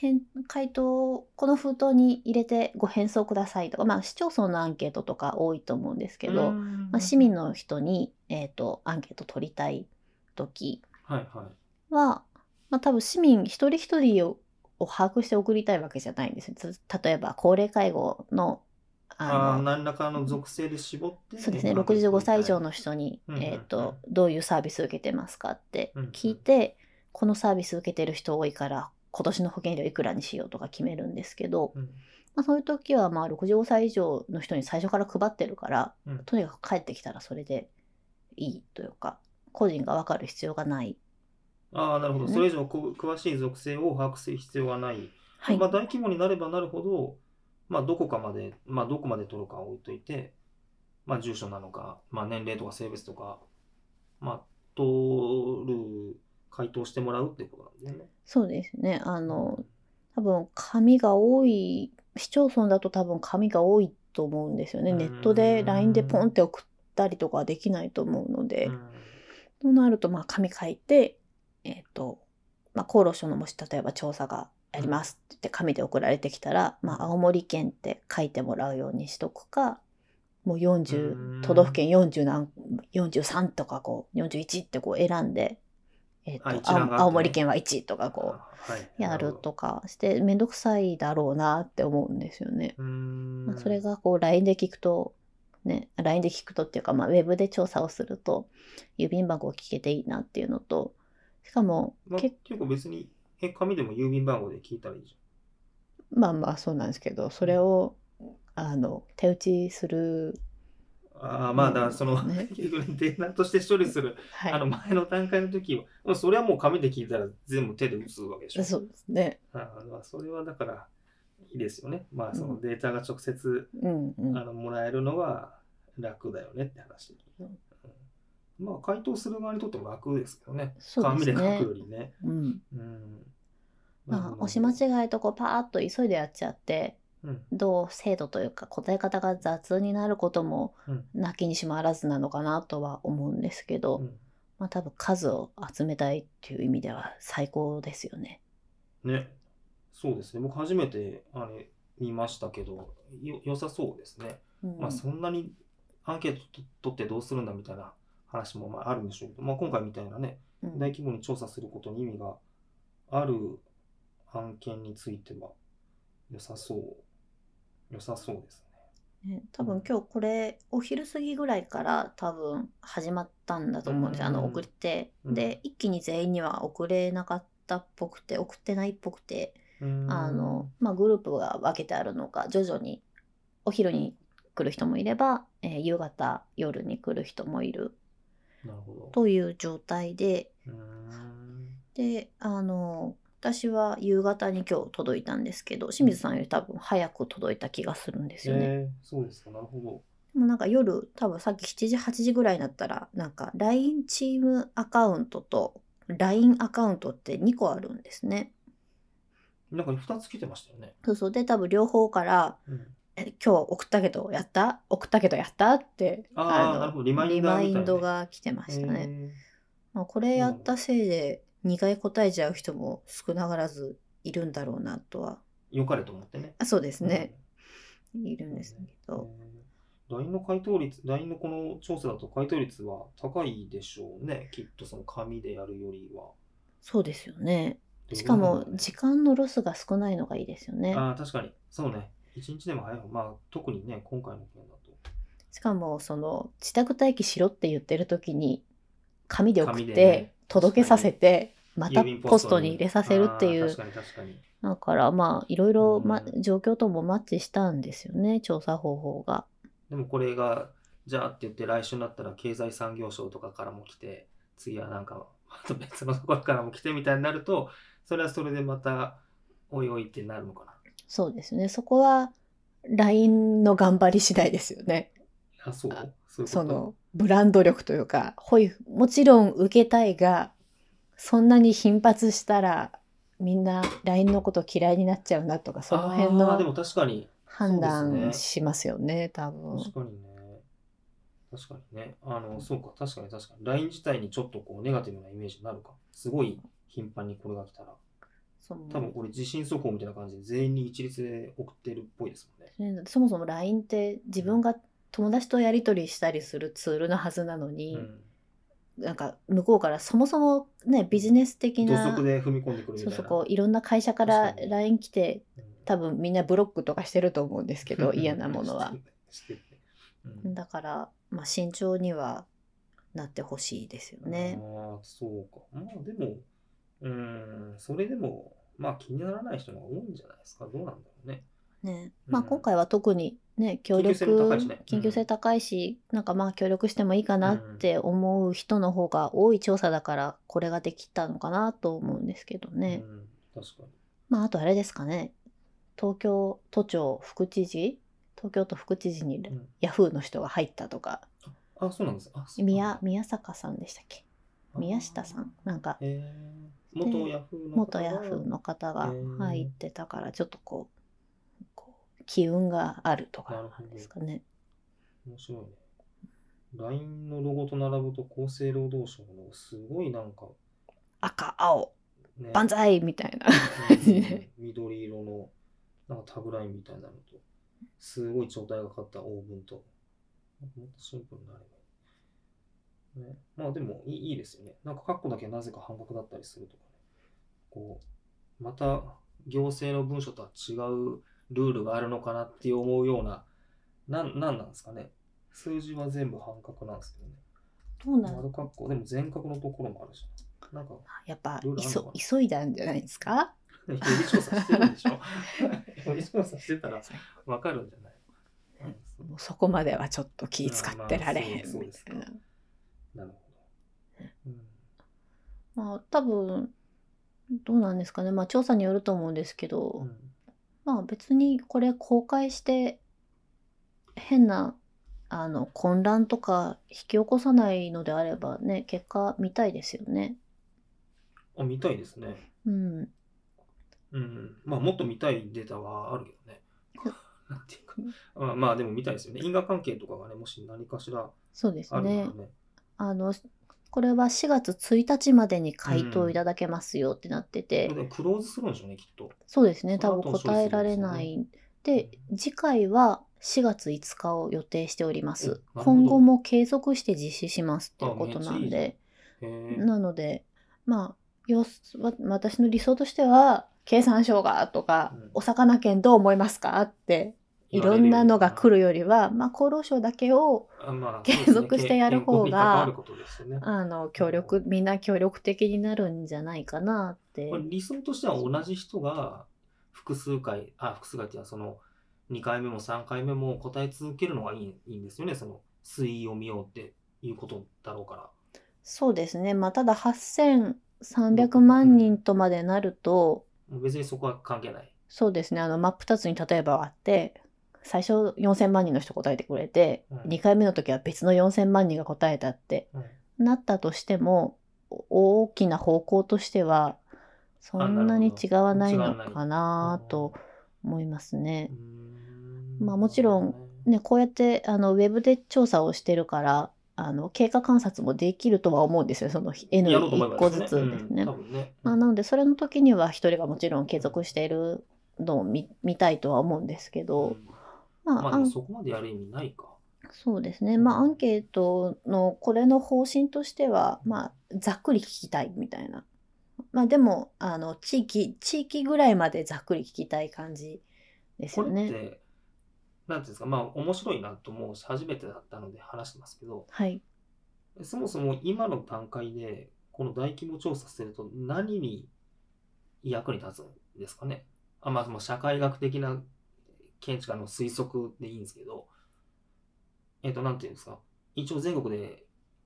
[SPEAKER 1] 返回答をこの封筒に入れてご返送くださいとか、まあ、市町村のアンケートとか多いと思うんですけど、ま
[SPEAKER 2] ま
[SPEAKER 1] あ、市民の人に、えー、とアンケート取りたい時
[SPEAKER 2] はいはい
[SPEAKER 1] は、まあ、多分市民一人一人をを把握して送りたいわけじゃないんですよ。つ例えば高齢介護の
[SPEAKER 2] あ
[SPEAKER 1] あ
[SPEAKER 2] あー
[SPEAKER 1] の
[SPEAKER 2] 何らかの属性で絞って
[SPEAKER 1] そうですね65歳以上
[SPEAKER 2] の
[SPEAKER 1] の人に、
[SPEAKER 2] うんうんうん
[SPEAKER 1] えー、とどういうサービス受けてますかって
[SPEAKER 2] うんうん
[SPEAKER 1] 聞いて、このサービス受けてる人多いから今年の保険料いくらにしようとか決めるんですけど、まあ、そういう時はまあ65歳以上の人に最初から配ってるから、
[SPEAKER 2] うん
[SPEAKER 1] とにかく帰ってきたらそれでいいというか個人が分かる必要がない。
[SPEAKER 2] ああなるほど
[SPEAKER 1] ね
[SPEAKER 2] それ以上こ詳しい属性を把握する必要がない
[SPEAKER 1] はい
[SPEAKER 2] まあ、大規模になればなるほど、まあ、どこかまで、まあ、どこまで取るかは置いといて、まあ、住所なのか、まあ、年齢とか性別とか、まあ、取る、回答してもらうってことなんだよね。
[SPEAKER 1] そうですねあの多分紙が多い市町村だと多分紙が多いと思うんですよね
[SPEAKER 2] うん
[SPEAKER 1] ネットで LINE でポンって送ったりとかはできないと思うので、
[SPEAKER 2] うん
[SPEAKER 1] となるとまあ紙書いてえっ、と、まあ、厚労省のもし例えば調査がやりますって言って紙で送られてきたら、まあ、青森県って書いてもらうようにしとくかもう
[SPEAKER 2] う
[SPEAKER 1] 40
[SPEAKER 2] ん
[SPEAKER 1] 都道府県40何43とかこう41ってこう選んで、えっと
[SPEAKER 2] あ一覧があってね
[SPEAKER 1] 青青森県は1とかこう。
[SPEAKER 2] あはい
[SPEAKER 1] やる。
[SPEAKER 2] なほど
[SPEAKER 1] とかしてめんどくさいだろうなって思うんですよね。
[SPEAKER 2] うーん
[SPEAKER 1] まあ、それがこう LINE で聞くとね LINE で聞くとっていうか、まあ、ウェブで調査をすると郵便箱を聞けていいなっていうのとしかも
[SPEAKER 2] まあ、
[SPEAKER 1] け
[SPEAKER 2] 結構別に、え、紙でも郵便番号で聞いたらいいじ
[SPEAKER 1] まあまあそうなんですけどそれをあの手打ちする
[SPEAKER 2] ゃん。ああ、まあ、だからその、
[SPEAKER 1] ね
[SPEAKER 2] 結局データとして処理する、
[SPEAKER 1] はい
[SPEAKER 2] あの前の段階の時は、もうそれはもう紙で聞いたら全部手で打つわけでしょ。
[SPEAKER 1] そうですね。
[SPEAKER 2] あまあそれはだから、いいですよね。まあ、そうの
[SPEAKER 1] ん
[SPEAKER 2] データが直接、
[SPEAKER 1] うんうん。
[SPEAKER 2] あのもらえるのは楽だよねって話。
[SPEAKER 1] うん
[SPEAKER 2] まあ、回答する側にとっても楽ですけどね。
[SPEAKER 1] そうですね
[SPEAKER 2] 紙で書くよりね。
[SPEAKER 1] うん。
[SPEAKER 2] うん。
[SPEAKER 1] まあ、押し間違いとこうパーッと急いでやっちゃって、
[SPEAKER 2] うん。
[SPEAKER 1] どう精度というか答え方が雑になることも
[SPEAKER 2] うん
[SPEAKER 1] なきにしもあらずなのかなとは思うんですけど、
[SPEAKER 2] うん
[SPEAKER 1] まあ多分数を集めたいっていう意味では最高ですよね。
[SPEAKER 2] ね。そうですね。僕初めてあれ見ましたけど、よ良さそうですね。
[SPEAKER 1] うん
[SPEAKER 2] まあ、そんなにアンケートと取ってどうするんだみたいな話もまああるんでしょうけど、まあ、今回みたいなね、
[SPEAKER 1] うん
[SPEAKER 2] 大規模に調査することに意味がある案件については、良さそう、良さそうですね。
[SPEAKER 1] ね、多分今日これお昼過ぎぐらいから多分始まったんだと思うんですよ、
[SPEAKER 2] う
[SPEAKER 1] あ
[SPEAKER 2] ん
[SPEAKER 1] の送って、
[SPEAKER 2] うん
[SPEAKER 1] で一気に全員には送れなかったっぽくて送ってないっぽくて、
[SPEAKER 2] うーん
[SPEAKER 1] あの、まあ、グループが分けてあるのか徐々にお昼に来る人もいれば、えー夕方夜に来る人もいる
[SPEAKER 2] なるほど。
[SPEAKER 1] という状態で
[SPEAKER 2] うーん
[SPEAKER 1] であの私は夕方に今日届いたんですけど清水さんより多分早く届いた気がするんですよね。
[SPEAKER 2] えーそうですか、なるほ
[SPEAKER 1] でもなんか夜、多分さっき7時、8時ぐらいになったら、なんか LINE チームアカウントと LINE アカウントって2個あるんですね。
[SPEAKER 2] ど。なんか2つ来てましたよね。
[SPEAKER 1] そうそう。で、多分両方から、
[SPEAKER 2] うん、
[SPEAKER 1] え今日送ったけどやった送ったけどやったって、
[SPEAKER 2] あー
[SPEAKER 1] の
[SPEAKER 2] なるほどリマインダーみたいなね
[SPEAKER 1] リマインドが来てましたね。
[SPEAKER 2] え
[SPEAKER 1] まあ、これやったせいで2回答えちゃう人も少なからずいるんだろうなとは。
[SPEAKER 2] ー良かれと思ってね。
[SPEAKER 1] あそうですね。いるんですけ
[SPEAKER 2] うん。
[SPEAKER 1] ど。
[SPEAKER 2] えー LINE の回答率、LINE のこの調査だと回答率は高いでしょうね。きっとその紙でやるよりは。
[SPEAKER 1] そうですよね。しかも時間のロスが少ないのがいいですよね。
[SPEAKER 2] ああ、確かに。そうね。一日でも早い方。まあ、特にね、今回の件だと。
[SPEAKER 1] しかもその自宅待機しろって言ってる時に紙で送って、
[SPEAKER 2] 紙でね
[SPEAKER 1] 届けさせてまた
[SPEAKER 2] 郵便
[SPEAKER 1] ポストに入れさせるってい
[SPEAKER 2] あ
[SPEAKER 1] う
[SPEAKER 2] ー確かに確かに。
[SPEAKER 1] だからまあいろいろ、ま
[SPEAKER 2] う、ん
[SPEAKER 1] 状況ともマッチしたんですよね調査方法が。
[SPEAKER 2] でもこれが、じゃあって言って来週になったら経済産業省とかからも来て、次はなんか、また別のところからも来てみたいになると、それはそれでまた、おいおいってなるのかな。
[SPEAKER 1] そうですねそこは LINE の頑張り次第ですよね。
[SPEAKER 2] あ、そう
[SPEAKER 1] あ
[SPEAKER 2] そういうこと
[SPEAKER 1] そのブランド力というかほいもちろん受けたいがそんなに頻発したらみんな LINE のこと嫌いになっちゃうなとかその辺
[SPEAKER 2] あーで
[SPEAKER 1] の
[SPEAKER 2] も確かに。
[SPEAKER 1] 判
[SPEAKER 2] そうですね
[SPEAKER 1] 断しますよね多分。
[SPEAKER 2] 確かにね。確かにね。あの、そうか、確かに確かに。LINE 自体にちょっとこう、ネガティブなイメージになるか。すごい頻繁にこれが来たら。
[SPEAKER 1] その
[SPEAKER 2] 多分これ、地震速報みたいな感じで全員に一律で送ってるっぽいですもんね。
[SPEAKER 1] ねそもそも LINE って自分が友達とやり取りしたりするツールのはずなのに、なんか向こうからそもそもねビジネス
[SPEAKER 2] う
[SPEAKER 1] 的
[SPEAKER 2] ん。土
[SPEAKER 1] な
[SPEAKER 2] 足で踏み込んでくるみ
[SPEAKER 1] そう
[SPEAKER 2] たい
[SPEAKER 1] そ
[SPEAKER 2] な。
[SPEAKER 1] こういろんな会社から
[SPEAKER 2] 確かに
[SPEAKER 1] LINE 来て
[SPEAKER 2] うん
[SPEAKER 1] 多分みんなブロックとかしてると思うんですけど嫌なものは。
[SPEAKER 2] してるねうん
[SPEAKER 1] だから、まあ、慎重にはなってほしいですよね。
[SPEAKER 2] ああ、そうか。まあでも、うん、それでも、まあ気にならない人が多いんじゃないですか。どうなんだろうね。
[SPEAKER 1] ね
[SPEAKER 2] うん
[SPEAKER 1] まあ、今回は特にね協力
[SPEAKER 2] 緊急性も高いしねうん
[SPEAKER 1] 緊急性高いしなんかまあ協力してもいいかなって思う人の方が多い調査だからこれができたのかなと思うんですけどね
[SPEAKER 2] う、ん、確かに。
[SPEAKER 1] まああとあれですかね東京都庁副知事東京都副知事に
[SPEAKER 2] うん
[SPEAKER 1] ヤフーの人が入ったとか、
[SPEAKER 2] あ、そうなんです。あ、そうなんだ
[SPEAKER 1] 宮宮坂さんでしたっけ宮下さんなんか
[SPEAKER 2] えー、元
[SPEAKER 1] で
[SPEAKER 2] ヤフーの
[SPEAKER 1] 元ヤフーの方が入ってたからちょっとこうこう機運があるとかなんですかね。
[SPEAKER 2] 面白いね LINE のロゴと並ぶと厚生労働省のすごいなんか
[SPEAKER 1] 赤青
[SPEAKER 2] ね
[SPEAKER 1] 万歳みたいな。
[SPEAKER 2] うん 緑色のなんかタブラインみたいなのとすごい状態がかったオーブンとなんかもっとシンプルになればいい、ね、まあでもいいいいですよねなんかカッコだけなぜか半額だったりするとかねこうまた行政の文書とは違うルールがあるのかなって思うようななんなんなんですかね数字は全部半角なんですけどね
[SPEAKER 1] どうなの
[SPEAKER 2] 丸括弧でも全角のところもあるしなんか
[SPEAKER 1] やっぱ
[SPEAKER 2] ルールあんのか
[SPEAKER 1] 急急いだんじゃないですか
[SPEAKER 2] 予備調査してるんでしょ予備調査してたらわかるんじゃないはいそう
[SPEAKER 1] もうそこまではちょっと気使ってられへん
[SPEAKER 2] あーまあそう
[SPEAKER 1] み
[SPEAKER 2] です
[SPEAKER 1] たいな
[SPEAKER 2] か。なるほど。うん
[SPEAKER 1] まあ多分どうなんですかね、まあ、調査によると思うんですけど、
[SPEAKER 2] うん
[SPEAKER 1] まあ別にこれ公開して変なあの混乱とか引き起こさないのであればね結果見たいですよね。
[SPEAKER 2] あ、見たいですね。
[SPEAKER 1] うん、
[SPEAKER 2] うん。まあ、もっと見たいデータはあるけ どね。なんていうか。まあ、まあ、でも見たいですよね。因果関係とかがね、もし何かしら
[SPEAKER 1] そうです
[SPEAKER 2] あるな
[SPEAKER 1] ね
[SPEAKER 2] ら。ね。
[SPEAKER 1] あのこれは4月1日までに回答いただけますよってなってて、
[SPEAKER 2] でもクローズするんでしょうね、きっと。
[SPEAKER 1] そうですね
[SPEAKER 2] そ
[SPEAKER 1] 多
[SPEAKER 2] の後
[SPEAKER 1] 分答えられない。で次回は4月5日を予定しております。
[SPEAKER 2] おなるほど
[SPEAKER 1] 今後も継続して実施しますっていうことな
[SPEAKER 2] あめ
[SPEAKER 1] ん
[SPEAKER 2] っちゃいいじゃん
[SPEAKER 1] で。
[SPEAKER 2] へえ。
[SPEAKER 1] なのでまあよすわ私の理想としては経産省がとか、
[SPEAKER 2] うん
[SPEAKER 1] お魚県どう思いますかってい
[SPEAKER 2] 言わ
[SPEAKER 1] ろ
[SPEAKER 2] れるより
[SPEAKER 1] んなのが来るよりは、まあ、厚労省だけを
[SPEAKER 2] あまあ、
[SPEAKER 1] 継続してやる方が
[SPEAKER 2] 健康に関わることですよね
[SPEAKER 1] あの協力みんな協力的になるんじゃないかなって
[SPEAKER 2] これ理想としては同じ人が複数回、あ、複数回っていうのはその2回目も3回目も答え続けるのがいいいいんですよね、その推移を見ようっていうことだろうから。
[SPEAKER 1] そうですねまあただ8300万人とまでなると、
[SPEAKER 2] もう別にそこは関係ない。
[SPEAKER 1] そうですねあの真っ二つに例えばあって最初4,000万人の人答えてくれて、
[SPEAKER 2] うん
[SPEAKER 1] 2回目の時は別の4,000万人が答えたって
[SPEAKER 2] うん
[SPEAKER 1] なったとしてもお大きな方向としてはそんなに違わないのかなと思いますね。まあもちろん、ね、こうやってあのウェブで調査をしてるからあの経過観察もできるとは思うんですよその
[SPEAKER 2] う
[SPEAKER 1] N
[SPEAKER 2] んやろうと思えば
[SPEAKER 1] 1個ずつ
[SPEAKER 2] ね
[SPEAKER 1] ですね。
[SPEAKER 2] うん多分ね。
[SPEAKER 1] まあ、なのでそれの時には一人がもちろん継続しているのを見見たいとは思うんですけ
[SPEAKER 2] う
[SPEAKER 1] ど、
[SPEAKER 2] ん
[SPEAKER 1] まあ
[SPEAKER 2] まあ、で
[SPEAKER 1] あ
[SPEAKER 2] も
[SPEAKER 1] ん
[SPEAKER 2] そこまでやる意味ないか。
[SPEAKER 1] そうですねまあアンケートのこれの方針としては、まあ、ざっくり聞きたいみたいな。まあでもあの地域地域ぐらいまでざっくり聞きたい感じです
[SPEAKER 2] こ
[SPEAKER 1] よ
[SPEAKER 2] れっ
[SPEAKER 1] ね。
[SPEAKER 2] て、なんていうんですか、まあ面白いなと思うし、初めてだったので話してますけど、
[SPEAKER 1] はい、
[SPEAKER 2] そもそも今の段階で、この大規模調査すると何に役に立つんですかねあ、まあ、もう社会学的な見地からの推測でいいんですけど、えっ、と、なんていうんですか。一応全国で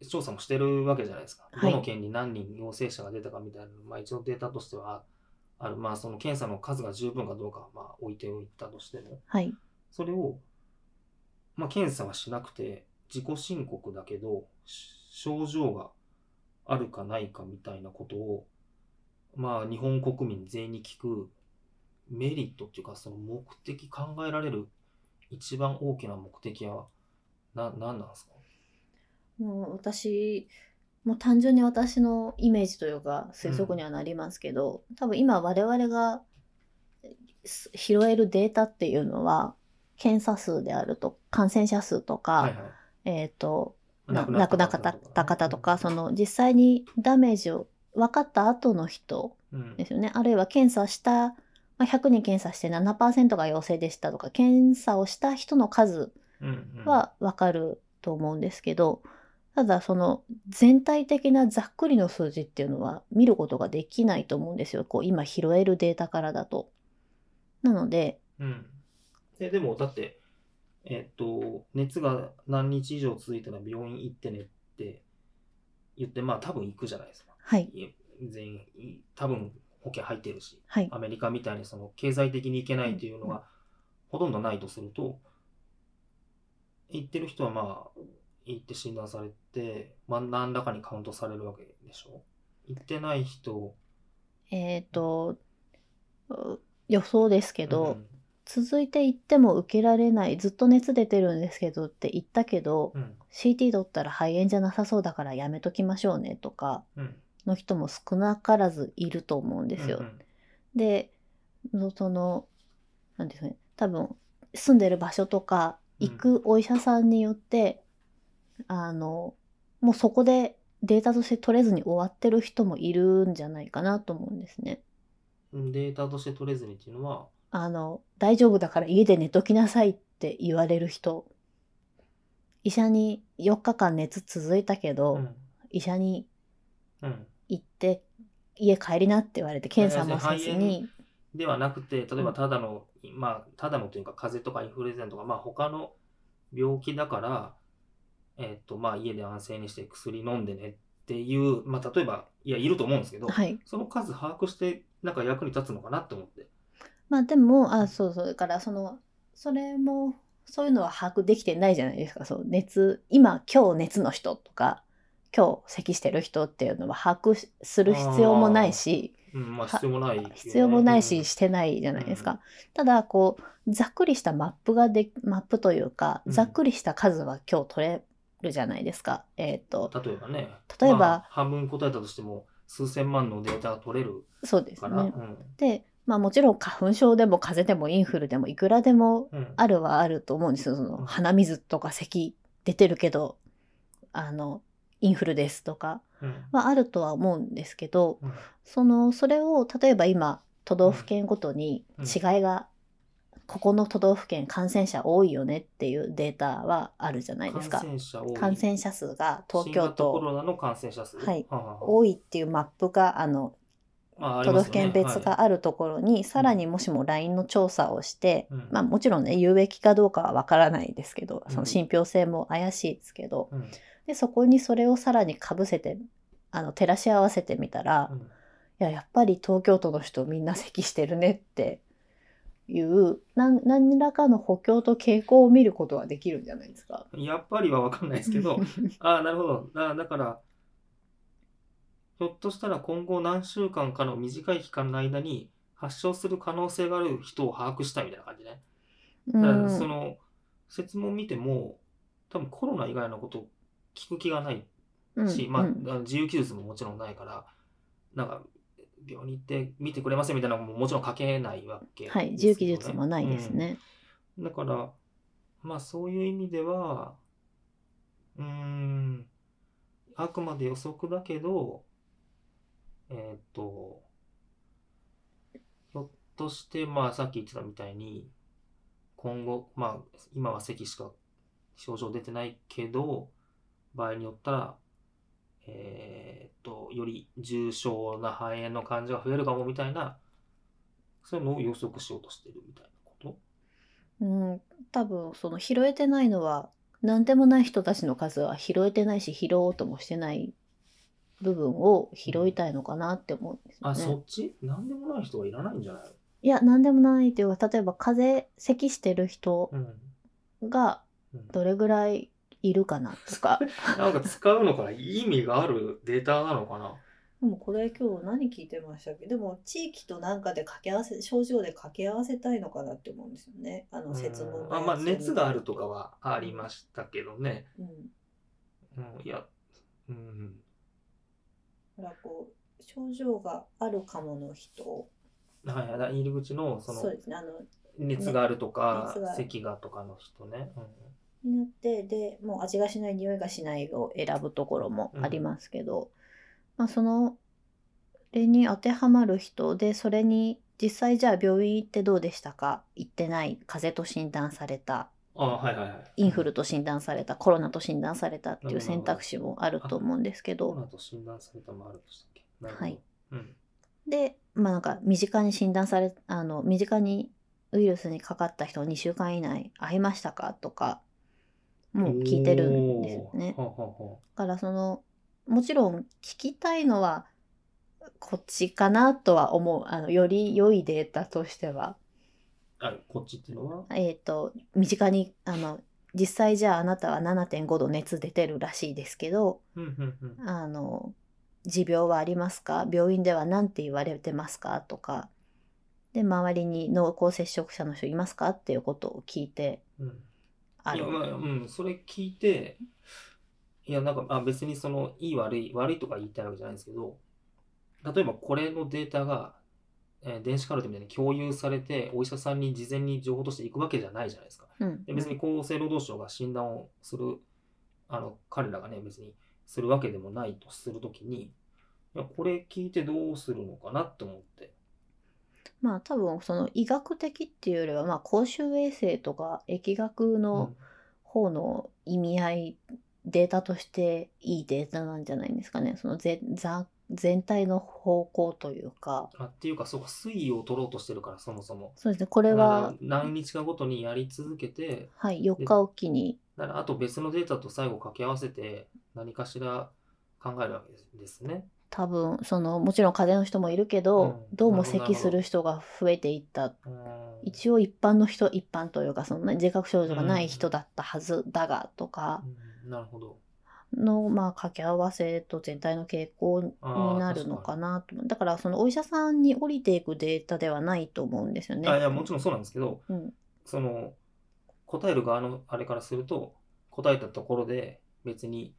[SPEAKER 2] 調査もしてるわけじゃないですか。
[SPEAKER 1] はい
[SPEAKER 2] どの県に何人陽性者が出たかみたいなの、まあ一応データとしてはある。まあその検査の数が十分かどうかはまあ置いておいたとしても。
[SPEAKER 1] はい、
[SPEAKER 2] それを、まあ、検査はしなくて、自己申告だけど、し症状があるかないかみたいなことを、まあ、日本国民全員に聞くメリットっていうか、その目的、考えられる一番大きな目的は、な、何なんですか
[SPEAKER 1] もう私もう単純に私のイメージというか推測にはなりますけど、多分今我々がす拾えるデータっていうのは検査数であると感染者数とか、
[SPEAKER 2] はいはい。
[SPEAKER 1] えっ、とな亡くなった方とかそ
[SPEAKER 2] の、
[SPEAKER 1] の実際にダメージを分かった後の人
[SPEAKER 2] うん
[SPEAKER 1] ですよねあるいは検査したまあ100人検査して7%が陽性でしたとか検査をした人の数
[SPEAKER 2] うんうん、
[SPEAKER 1] はわかると思うんですけど、ただその全体的なざっくりの数字っていうのは見ることができないと思うんですよ。こう今拾えるデータからだと。なので、
[SPEAKER 2] うん。で、でも、だって、えっと、熱が何日以上続いたら病院行ってねって言って、まあ多分行くじゃないですか。
[SPEAKER 1] はい、
[SPEAKER 2] いえ全員、い多分保険入ってるし、
[SPEAKER 1] はい、
[SPEAKER 2] アメリカみたいにその経済的に行けないというのがほとんどないとすると、行ってる人はまあ、行って診断されて、まあ何らかにカウントされるわけでしょ。行ってない人、
[SPEAKER 1] えっ、と、う予想ですけど、
[SPEAKER 2] うん
[SPEAKER 1] 続いていっても受けられない、ずっと熱出てるんですけどって言ったけど、
[SPEAKER 2] うん、
[SPEAKER 1] CT 取ったら肺炎じゃなさそうだからやめときましょうねとか
[SPEAKER 2] うん、
[SPEAKER 1] の人も少なからずいると思うんですよ。
[SPEAKER 2] うんうん
[SPEAKER 1] でのそのなんていうんですかね多分住んでる場所とか
[SPEAKER 2] うん
[SPEAKER 1] 行くお医者さんによって、あのもうそこでデータとして取れずに終わってる人もいるんじゃないかなと思うんですね。
[SPEAKER 2] データとして取れずにっていうのは、
[SPEAKER 1] あの大丈夫だから家で寝ときなさいって言われる人医者に4日間熱続いたけど、
[SPEAKER 2] うん
[SPEAKER 1] 医者に
[SPEAKER 2] うん、
[SPEAKER 1] 行って家帰りなって言われて検査もせずに、
[SPEAKER 2] ではなくて、例え
[SPEAKER 1] う
[SPEAKER 2] ば
[SPEAKER 1] ん
[SPEAKER 2] ただの、まあ、ただのというか、風邪とかインフルエンザとか、まあ、他の病気だから、えっと、まあ、家で安静にして薬飲んでねっていう、まあ、例えば、いや、いると思うんですけど、
[SPEAKER 1] はい。
[SPEAKER 2] その数把握して、なんか役に立つのかなって思って。
[SPEAKER 1] まあでも、あ、そうそう。だから、その、それも、そういうのは把握できてないじゃないですか。そう、熱、今、今日熱の人とか、今日咳してる人っていうのは把握しする必要もないし、
[SPEAKER 2] うん、まあ、
[SPEAKER 1] は
[SPEAKER 2] 必要もないよね、
[SPEAKER 1] 必要もない
[SPEAKER 2] うん
[SPEAKER 1] し、してないじゃないです
[SPEAKER 2] う
[SPEAKER 1] か。ただ、こう、ざっくりしたマップがで、マップというか、
[SPEAKER 2] うん
[SPEAKER 1] ざっくりした数は今日取れるじゃないですか。えっ、と、
[SPEAKER 2] 例えばね。
[SPEAKER 1] 例えば
[SPEAKER 2] まあ半分答えたとしても、数千万のデータが取れる
[SPEAKER 1] そうです
[SPEAKER 2] から、
[SPEAKER 1] ね。で、まあもちろん花粉症でも風邪でもインフルでもいくらでも
[SPEAKER 2] うん。うん。
[SPEAKER 1] あるはあると思うんですよ。その鼻水とか咳出てるけど、あの、インフルですとか
[SPEAKER 2] うん。
[SPEAKER 1] はあるとは思うんですけど、
[SPEAKER 2] うん
[SPEAKER 1] その、それを例えば今、都道府県ごとに
[SPEAKER 2] うん
[SPEAKER 1] 違いが、ここの都道府県感染者多いよねっていうデータはあるじゃないですか
[SPEAKER 2] 感。染者多い。
[SPEAKER 1] 感染者数が東京
[SPEAKER 2] 新型コ
[SPEAKER 1] 都
[SPEAKER 2] ロナの感染者数。
[SPEAKER 1] はい
[SPEAKER 2] はあはあは
[SPEAKER 1] 多いっていうマップが、あの、
[SPEAKER 2] あまああり
[SPEAKER 1] 都
[SPEAKER 2] ま
[SPEAKER 1] 道
[SPEAKER 2] す
[SPEAKER 1] 府
[SPEAKER 2] よね
[SPEAKER 1] 県別があるところに、さらにもしも LINE の調査をして、
[SPEAKER 2] うん
[SPEAKER 1] まあもちろんね有益かどうかはわからないですけど
[SPEAKER 2] うん
[SPEAKER 1] その信憑性も怪しいですけど、
[SPEAKER 2] はいうん
[SPEAKER 1] でそこにそれをさらにかぶせてあの照らし合わせてみたら、
[SPEAKER 2] う
[SPEAKER 1] い
[SPEAKER 2] ん
[SPEAKER 1] ややっぱり東京都の人みんな咳してるねっていうなん何らかの補強と傾向を見ることはできるんじゃないですか。
[SPEAKER 2] やっぱりは分かんないですけ ど、ああ、なるほど。だだから、ひょっとしたら今後何週間かの短い期間の間に発症する可能性がある人を把握したいみたいな感じね。
[SPEAKER 1] う
[SPEAKER 2] だ
[SPEAKER 1] ん
[SPEAKER 2] からその、説問見ても、多分コロナ以外のこと聞く気がない
[SPEAKER 1] うん
[SPEAKER 2] し、まあ、あ
[SPEAKER 1] うん
[SPEAKER 2] の自由記述ももちろんないから、なんか、病院行って見てくれませんみたいなのももちろん書けないわけです
[SPEAKER 1] は
[SPEAKER 2] よ
[SPEAKER 1] い
[SPEAKER 2] ね
[SPEAKER 1] 自由記述もないです
[SPEAKER 2] うん
[SPEAKER 1] ね。
[SPEAKER 2] だから、まあそういう意味では、うーん、あくまで予測だけど、えーっと、ひょっとして、まあさっき言ってたみたいに、今後、まあ今は咳しか症状出てないけど、場合によったら、えーっと、より重症な肺炎の患者が増えるかもみたいな、そういうのを予測しようとしてるみたいなこ
[SPEAKER 1] う
[SPEAKER 2] と
[SPEAKER 1] ん、多分その拾えてないのは何でもない人たちの数は拾えてないし拾おうともしてない部分を拾いたいのかなって思うんですよね。
[SPEAKER 2] あ、そっち何でもない人はいらないんじゃない
[SPEAKER 1] いや何でもないっていうか例えば風邪咳してる人
[SPEAKER 2] うん。
[SPEAKER 1] が
[SPEAKER 2] うん
[SPEAKER 1] どれぐらいいるかなとか
[SPEAKER 2] なんか使うのかな意味があるデータなのかな
[SPEAKER 1] でもこれ今日何聞いてましたっけでも地域となんかで掛け合わせ症状で掛け合わせたいのかなって思うんですよねあの説
[SPEAKER 2] う
[SPEAKER 1] 問
[SPEAKER 2] ん
[SPEAKER 1] の
[SPEAKER 2] あ
[SPEAKER 1] やつ
[SPEAKER 2] まあ、熱があるとかはありましたけどね。
[SPEAKER 1] うん
[SPEAKER 2] うん、いや、うん。
[SPEAKER 1] ほらこう症状があるかもの人
[SPEAKER 2] はい、だから入り口の、そ
[SPEAKER 1] そう
[SPEAKER 2] の、
[SPEAKER 1] ですねあの
[SPEAKER 2] 熱があるとか
[SPEAKER 1] 熱があ、る
[SPEAKER 2] 咳がとかの人ね。う
[SPEAKER 1] になってでもう味がしない匂いがしないを選ぶところもありますけど、まあ、そのそれに当てはまる人でそれに実際じゃあ病院行ってどうでしたか行ってない風邪と診断された
[SPEAKER 2] ん、あはいはいはい。
[SPEAKER 1] インフルと診断された、コロナと診断されたっていう選択肢もあると思うんですけ
[SPEAKER 2] コロ
[SPEAKER 1] ど
[SPEAKER 2] ナと診断されたもあるとしたっけなるほど
[SPEAKER 1] はい。
[SPEAKER 2] うん。
[SPEAKER 1] でまあなんか身近に診断されあの身近にウイルスにかかった人2週間以内会いましたかとかもう聞いてるんですよね
[SPEAKER 2] お。ーはあはあはあ
[SPEAKER 1] だからそのもちろん聞きたいのはこっちかなとは思うあのより良いデータとしては、
[SPEAKER 2] あ、こっちっていうのは
[SPEAKER 1] えっと身近にあの実際じゃああなたは7.5度熱出てるらしいですけど
[SPEAKER 2] うんうんうん。
[SPEAKER 1] あの持病はありますか病院では何て言われてますかとかで周りに濃厚接触者の人いますかっていうことを聞いて
[SPEAKER 2] うん
[SPEAKER 1] あ
[SPEAKER 2] いや、
[SPEAKER 1] る
[SPEAKER 2] まあ、うん、それ聞いて、いや、なんか、あ、別にその、いい悪い、悪いとか言いたいわけじゃないんですけど、例えばこれのデータが、えー電子カルテみたいに共有されて、お医者さんに事前に情報としていくわけじゃないじゃないですか。
[SPEAKER 1] うん
[SPEAKER 2] で別に厚生労働省が診断をする、あの、彼らがね、別にするわけでもないとするときに、いや、これ聞いてどうするのかなって思って。
[SPEAKER 1] まあ多分その医学的っていうよりはまあ公衆衛生とか疫学
[SPEAKER 2] う
[SPEAKER 1] の
[SPEAKER 2] ん
[SPEAKER 1] 方の意味合いデータとしていいデータなんじゃないですかねそのぜざ全体の方向というか
[SPEAKER 2] あ、っていうか、そうか、推移を取ろうとしてるから、そもそも。
[SPEAKER 1] そうですねこれ
[SPEAKER 2] だから
[SPEAKER 1] は、
[SPEAKER 2] 何日かごとにやり続けて、
[SPEAKER 1] はい、4日おきに
[SPEAKER 2] だからあと別のデータと最後掛け合わせて何かしら考えるわけですですね。
[SPEAKER 1] 多分そのもちろん風邪の人もいるけど、
[SPEAKER 2] うん
[SPEAKER 1] どう
[SPEAKER 2] な
[SPEAKER 1] も
[SPEAKER 2] るほど
[SPEAKER 1] 咳する人が増えていった
[SPEAKER 2] うん
[SPEAKER 1] 一応一般の人一般というかそんな自覚症状がない人だったはずだがとか
[SPEAKER 2] うんなるほど。
[SPEAKER 1] の、まあ掛け合わせと全体の傾向に
[SPEAKER 2] あー
[SPEAKER 1] なるのかなとだからそのお医者さんに降りていくデータではないと思うんですよね。
[SPEAKER 2] あいや、もちろんそうなんですけど、
[SPEAKER 1] うん
[SPEAKER 2] その、答える側のあれからすると、答えたところで別に、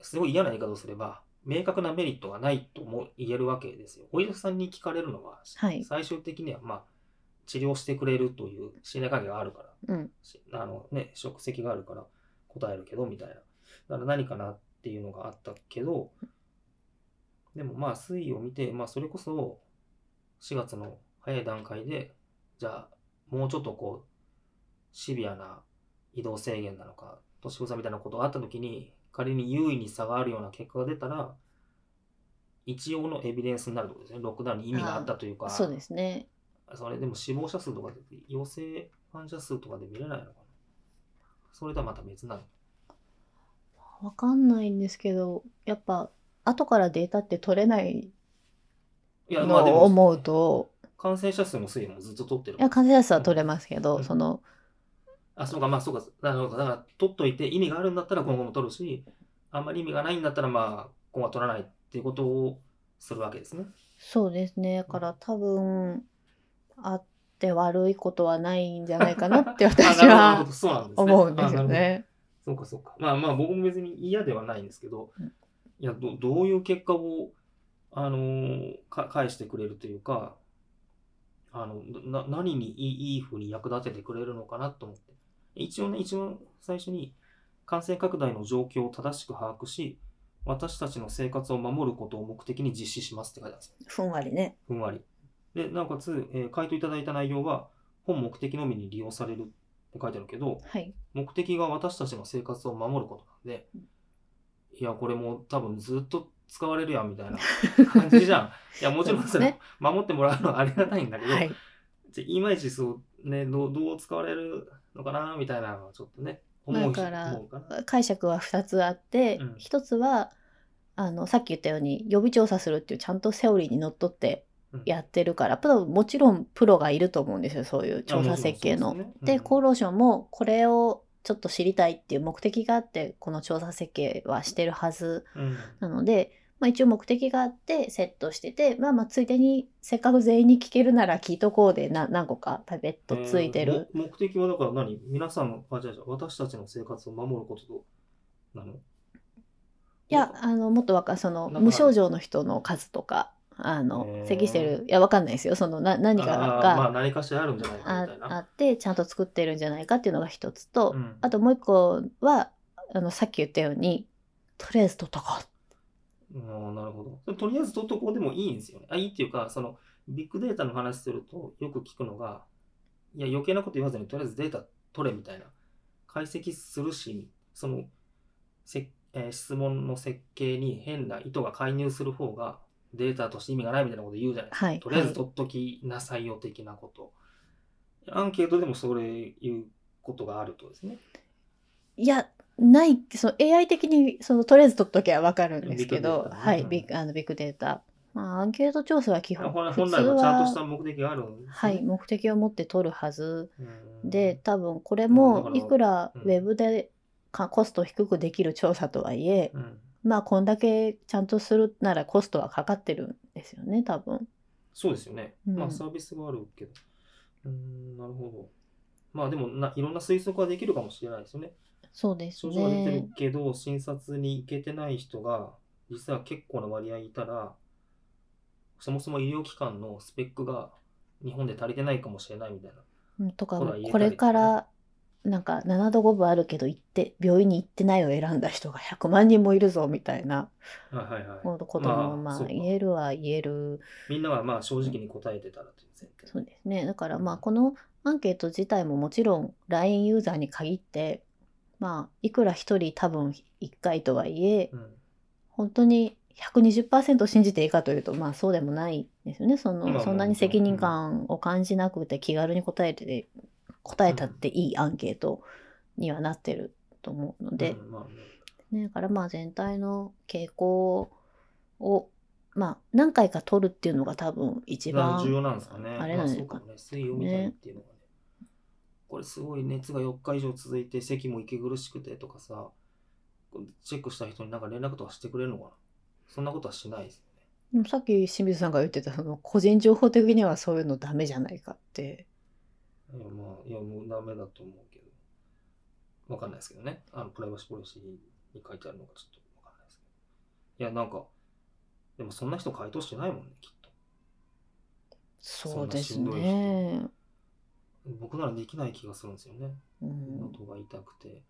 [SPEAKER 2] すごい嫌な言い方をすれば、明確なメリットがないとも言えるわけですよ。お医者さんに聞かれるのは、
[SPEAKER 1] はい
[SPEAKER 2] 最終的には、まあ、治療してくれるという信頼関係があるから、
[SPEAKER 1] うん
[SPEAKER 2] しあのね、職責があるから答えるけど、みたいな。だから何かなっていうのがあったけど、でもまあ推移を見て、まあそれこそ4月の早い段階で、じゃあもうちょっとこう、シビアな移動制限なのか、年封鎖みたいなことがあった時に、仮に優位に差があるような結果が出たら、一応のエビデンスになるってことですね。ロックダウンに意味があったというか、
[SPEAKER 1] そうですね
[SPEAKER 2] それでも死亡者数とかで、陽性患者数とかで見れないのかなそれとはまた別なの。
[SPEAKER 1] わかんないんですけどやっぱ後からデータって取れない
[SPEAKER 2] いや、まあで
[SPEAKER 1] のを
[SPEAKER 2] も、
[SPEAKER 1] 思うと
[SPEAKER 2] 感染者数の推移もずっと取ってる
[SPEAKER 1] いや感染者数は取れますけど、
[SPEAKER 2] うん
[SPEAKER 1] その
[SPEAKER 2] あ、そうか、まあそうか、なるほど。だから、取っといて意味があるんだったら今後も取るし、あんまり意味がないんだったら、まあ、今後は取らないっていうことをするわけですね。
[SPEAKER 1] そうですね。だから多分、あって悪いことはないんじゃないかな って私
[SPEAKER 2] あなるほ
[SPEAKER 1] は
[SPEAKER 2] ど、そうなんですね。
[SPEAKER 1] 思うんです
[SPEAKER 2] あ
[SPEAKER 1] よ。ね。
[SPEAKER 2] なるほどそうか、そうか。まあまあ、僕も別に嫌ではないんですけど
[SPEAKER 1] うん、
[SPEAKER 2] いや、どどういう結果を、あのーか返してくれるというか、あの、な何にいいいい風に役立ててくれるのかなと思って。一応ね、一番最初に感染拡大の状況を正しく把握し、私たちの生活を守ることを目的に実施しますって書いてあるんですよ
[SPEAKER 1] ふんわりね。
[SPEAKER 2] ふんわり。で、なおかつ、えー回答いただいた内容は、本目的のみに利用されるって書いてあるけど、
[SPEAKER 1] はい。
[SPEAKER 2] 目的が私たちの生活を守ることなんで、いや、これもう多分ずっと使われるやんみた いな感じじゃん。いや、もちろん
[SPEAKER 1] そ
[SPEAKER 2] そう
[SPEAKER 1] ですね
[SPEAKER 2] の守ってもらうのはありがたいんだけど、
[SPEAKER 1] はい。
[SPEAKER 2] じゃいまいちそう、ね、どうどう使われるのかなみたいなのはちょっとね、思うし
[SPEAKER 1] だから
[SPEAKER 2] 思うかな。
[SPEAKER 1] 解釈は2つあって、
[SPEAKER 2] うん
[SPEAKER 1] 1つは、あの、さっき言ったように予備調査するっていうちゃんとセオリーにのっとって
[SPEAKER 2] うん
[SPEAKER 1] やってるから、プロ、もちろんプロがいると思うんですよ。そういう調査設計の。
[SPEAKER 2] いやもちろんそう
[SPEAKER 1] で、
[SPEAKER 2] すねう
[SPEAKER 1] 厚
[SPEAKER 2] ん
[SPEAKER 1] 労省もこれをちょっと知りたいっていう目的があって、この調査設計はしてるはず
[SPEAKER 2] うん
[SPEAKER 1] なので、まあ、一応目的があってセットしてて、まあ、まあついでにせっかく全員に聞けるなら聞いとこうでな何個かタブレットついてる、
[SPEAKER 2] えーも目的はだから何皆さんの、あ、じゃあじゃあ私たちの生活を守ることと、なの
[SPEAKER 1] いやあのもっとわかその
[SPEAKER 2] なんか
[SPEAKER 1] 無症状の人の数とかあの、
[SPEAKER 2] へー
[SPEAKER 1] 咳してるいやわかんないですよそのな何かが
[SPEAKER 2] あーまあ、何かしらあるんじゃないか
[SPEAKER 1] あ
[SPEAKER 2] みたい
[SPEAKER 1] あ
[SPEAKER 2] な。
[SPEAKER 1] ってちゃんと作ってるんじゃないかっていうのが一つと、
[SPEAKER 2] うん
[SPEAKER 1] あともう一個はあのさっき言ったようにとりあえず取っとこ
[SPEAKER 2] うん、なるほど。とりあえず取っとこうでもいいんですよね。あ、いいっていうか、その、ビッグデータの話するとよく聞くのが、いや、余計なこと言わずにとりあえずデータ取れみたいな。解析するし、その、せえー質問の設計に変な意図が介入する方がデータとして意味がないみたいなこと言うじゃないですか。
[SPEAKER 1] はい
[SPEAKER 2] とりあえず取っときなさいよ的なこと。アンケートでもそれ言うことがあるとですね。
[SPEAKER 1] ういやないその AI 的にそのとりあえず取っときゃわかるんですけど
[SPEAKER 2] ビッグデータね
[SPEAKER 1] はい
[SPEAKER 2] うん
[SPEAKER 1] ビッグあのビッグデータ、まあ、アンケート調査は基本
[SPEAKER 2] 本来
[SPEAKER 1] 普
[SPEAKER 2] 本
[SPEAKER 1] 通
[SPEAKER 2] 来はちゃんとし
[SPEAKER 1] は
[SPEAKER 2] た目的があるんですね
[SPEAKER 1] はい、目的を持って取るはず
[SPEAKER 2] うん
[SPEAKER 1] で多分これ
[SPEAKER 2] う
[SPEAKER 1] も
[SPEAKER 2] んだ
[SPEAKER 1] い
[SPEAKER 2] から
[SPEAKER 1] くら
[SPEAKER 2] うん
[SPEAKER 1] ウェブでかコストを低くできる調査とはいえ
[SPEAKER 2] うん
[SPEAKER 1] まあこんだけちゃんとするならコストはかかってるんですよね多分
[SPEAKER 2] そうですよね。
[SPEAKER 1] うん
[SPEAKER 2] まあサービスがあるけど。うーん、なるほど。まあでもないろんな推測はできるかもしれないですよね。
[SPEAKER 1] そうです
[SPEAKER 2] 症状が出て
[SPEAKER 1] ね
[SPEAKER 2] るけど、診察に行けてない人が、実は結構な割合いたら、そもそも医療機関のスペックが日本で足りてないかもしれないみたいな。
[SPEAKER 1] うんとか
[SPEAKER 2] ほら言えたり
[SPEAKER 1] これからなんか7度5分あるけど行って病院に行ってないを選んだ人が100万人もいるぞみたいな
[SPEAKER 2] はいはいはい。
[SPEAKER 1] こと
[SPEAKER 2] ま
[SPEAKER 1] も
[SPEAKER 2] あ
[SPEAKER 1] ま
[SPEAKER 2] そ
[SPEAKER 1] あ
[SPEAKER 2] うか
[SPEAKER 1] 言えるは言える
[SPEAKER 2] みんながまあ正直に答えてたらという前提。
[SPEAKER 1] そうですねだからまあこのアンケート自体ももちろん LINE ユーザーに限ってまあいくら1人多分1回とはいえ
[SPEAKER 2] うん
[SPEAKER 1] 本当に120%信じていいかというとまあそうでもないですよねそ
[SPEAKER 2] まあま
[SPEAKER 1] の
[SPEAKER 2] あ
[SPEAKER 1] そんなに責任感を感じなくて気軽に答えて答えたっていいアンケートにはなってると思うので、
[SPEAKER 2] うんまあね
[SPEAKER 1] ね、だからまあ全体の傾向を、まあ、何回か取るっていうのが多分一
[SPEAKER 2] が重
[SPEAKER 1] 番、
[SPEAKER 2] 要なんですかね。
[SPEAKER 1] あれなんで
[SPEAKER 2] まあ
[SPEAKER 1] す
[SPEAKER 2] そ
[SPEAKER 1] か
[SPEAKER 2] うかもね。水曜みたいっていうのがね。これすごい熱が4日以上続いて、咳も息苦しくてとかさ、チェックした人になんか連絡とかしてくれるのかなそんなことはしないですよ
[SPEAKER 1] でもさっき清水さんが言ってたその個人情報的にはそういうのダメじゃないかって
[SPEAKER 2] ね。いや、まあ、いや、もうダメだと思うけど。わかんないですけどね。あの、プライバシーポリシーに書いてあるのかちょっとわかんないですけど。いや、なんか、でもそんな人回答してないもんね、きっと。
[SPEAKER 1] そうです
[SPEAKER 2] そんなし
[SPEAKER 1] ね。
[SPEAKER 2] 僕ならできない気がするんですよね。
[SPEAKER 1] う
[SPEAKER 2] 喉が痛くて、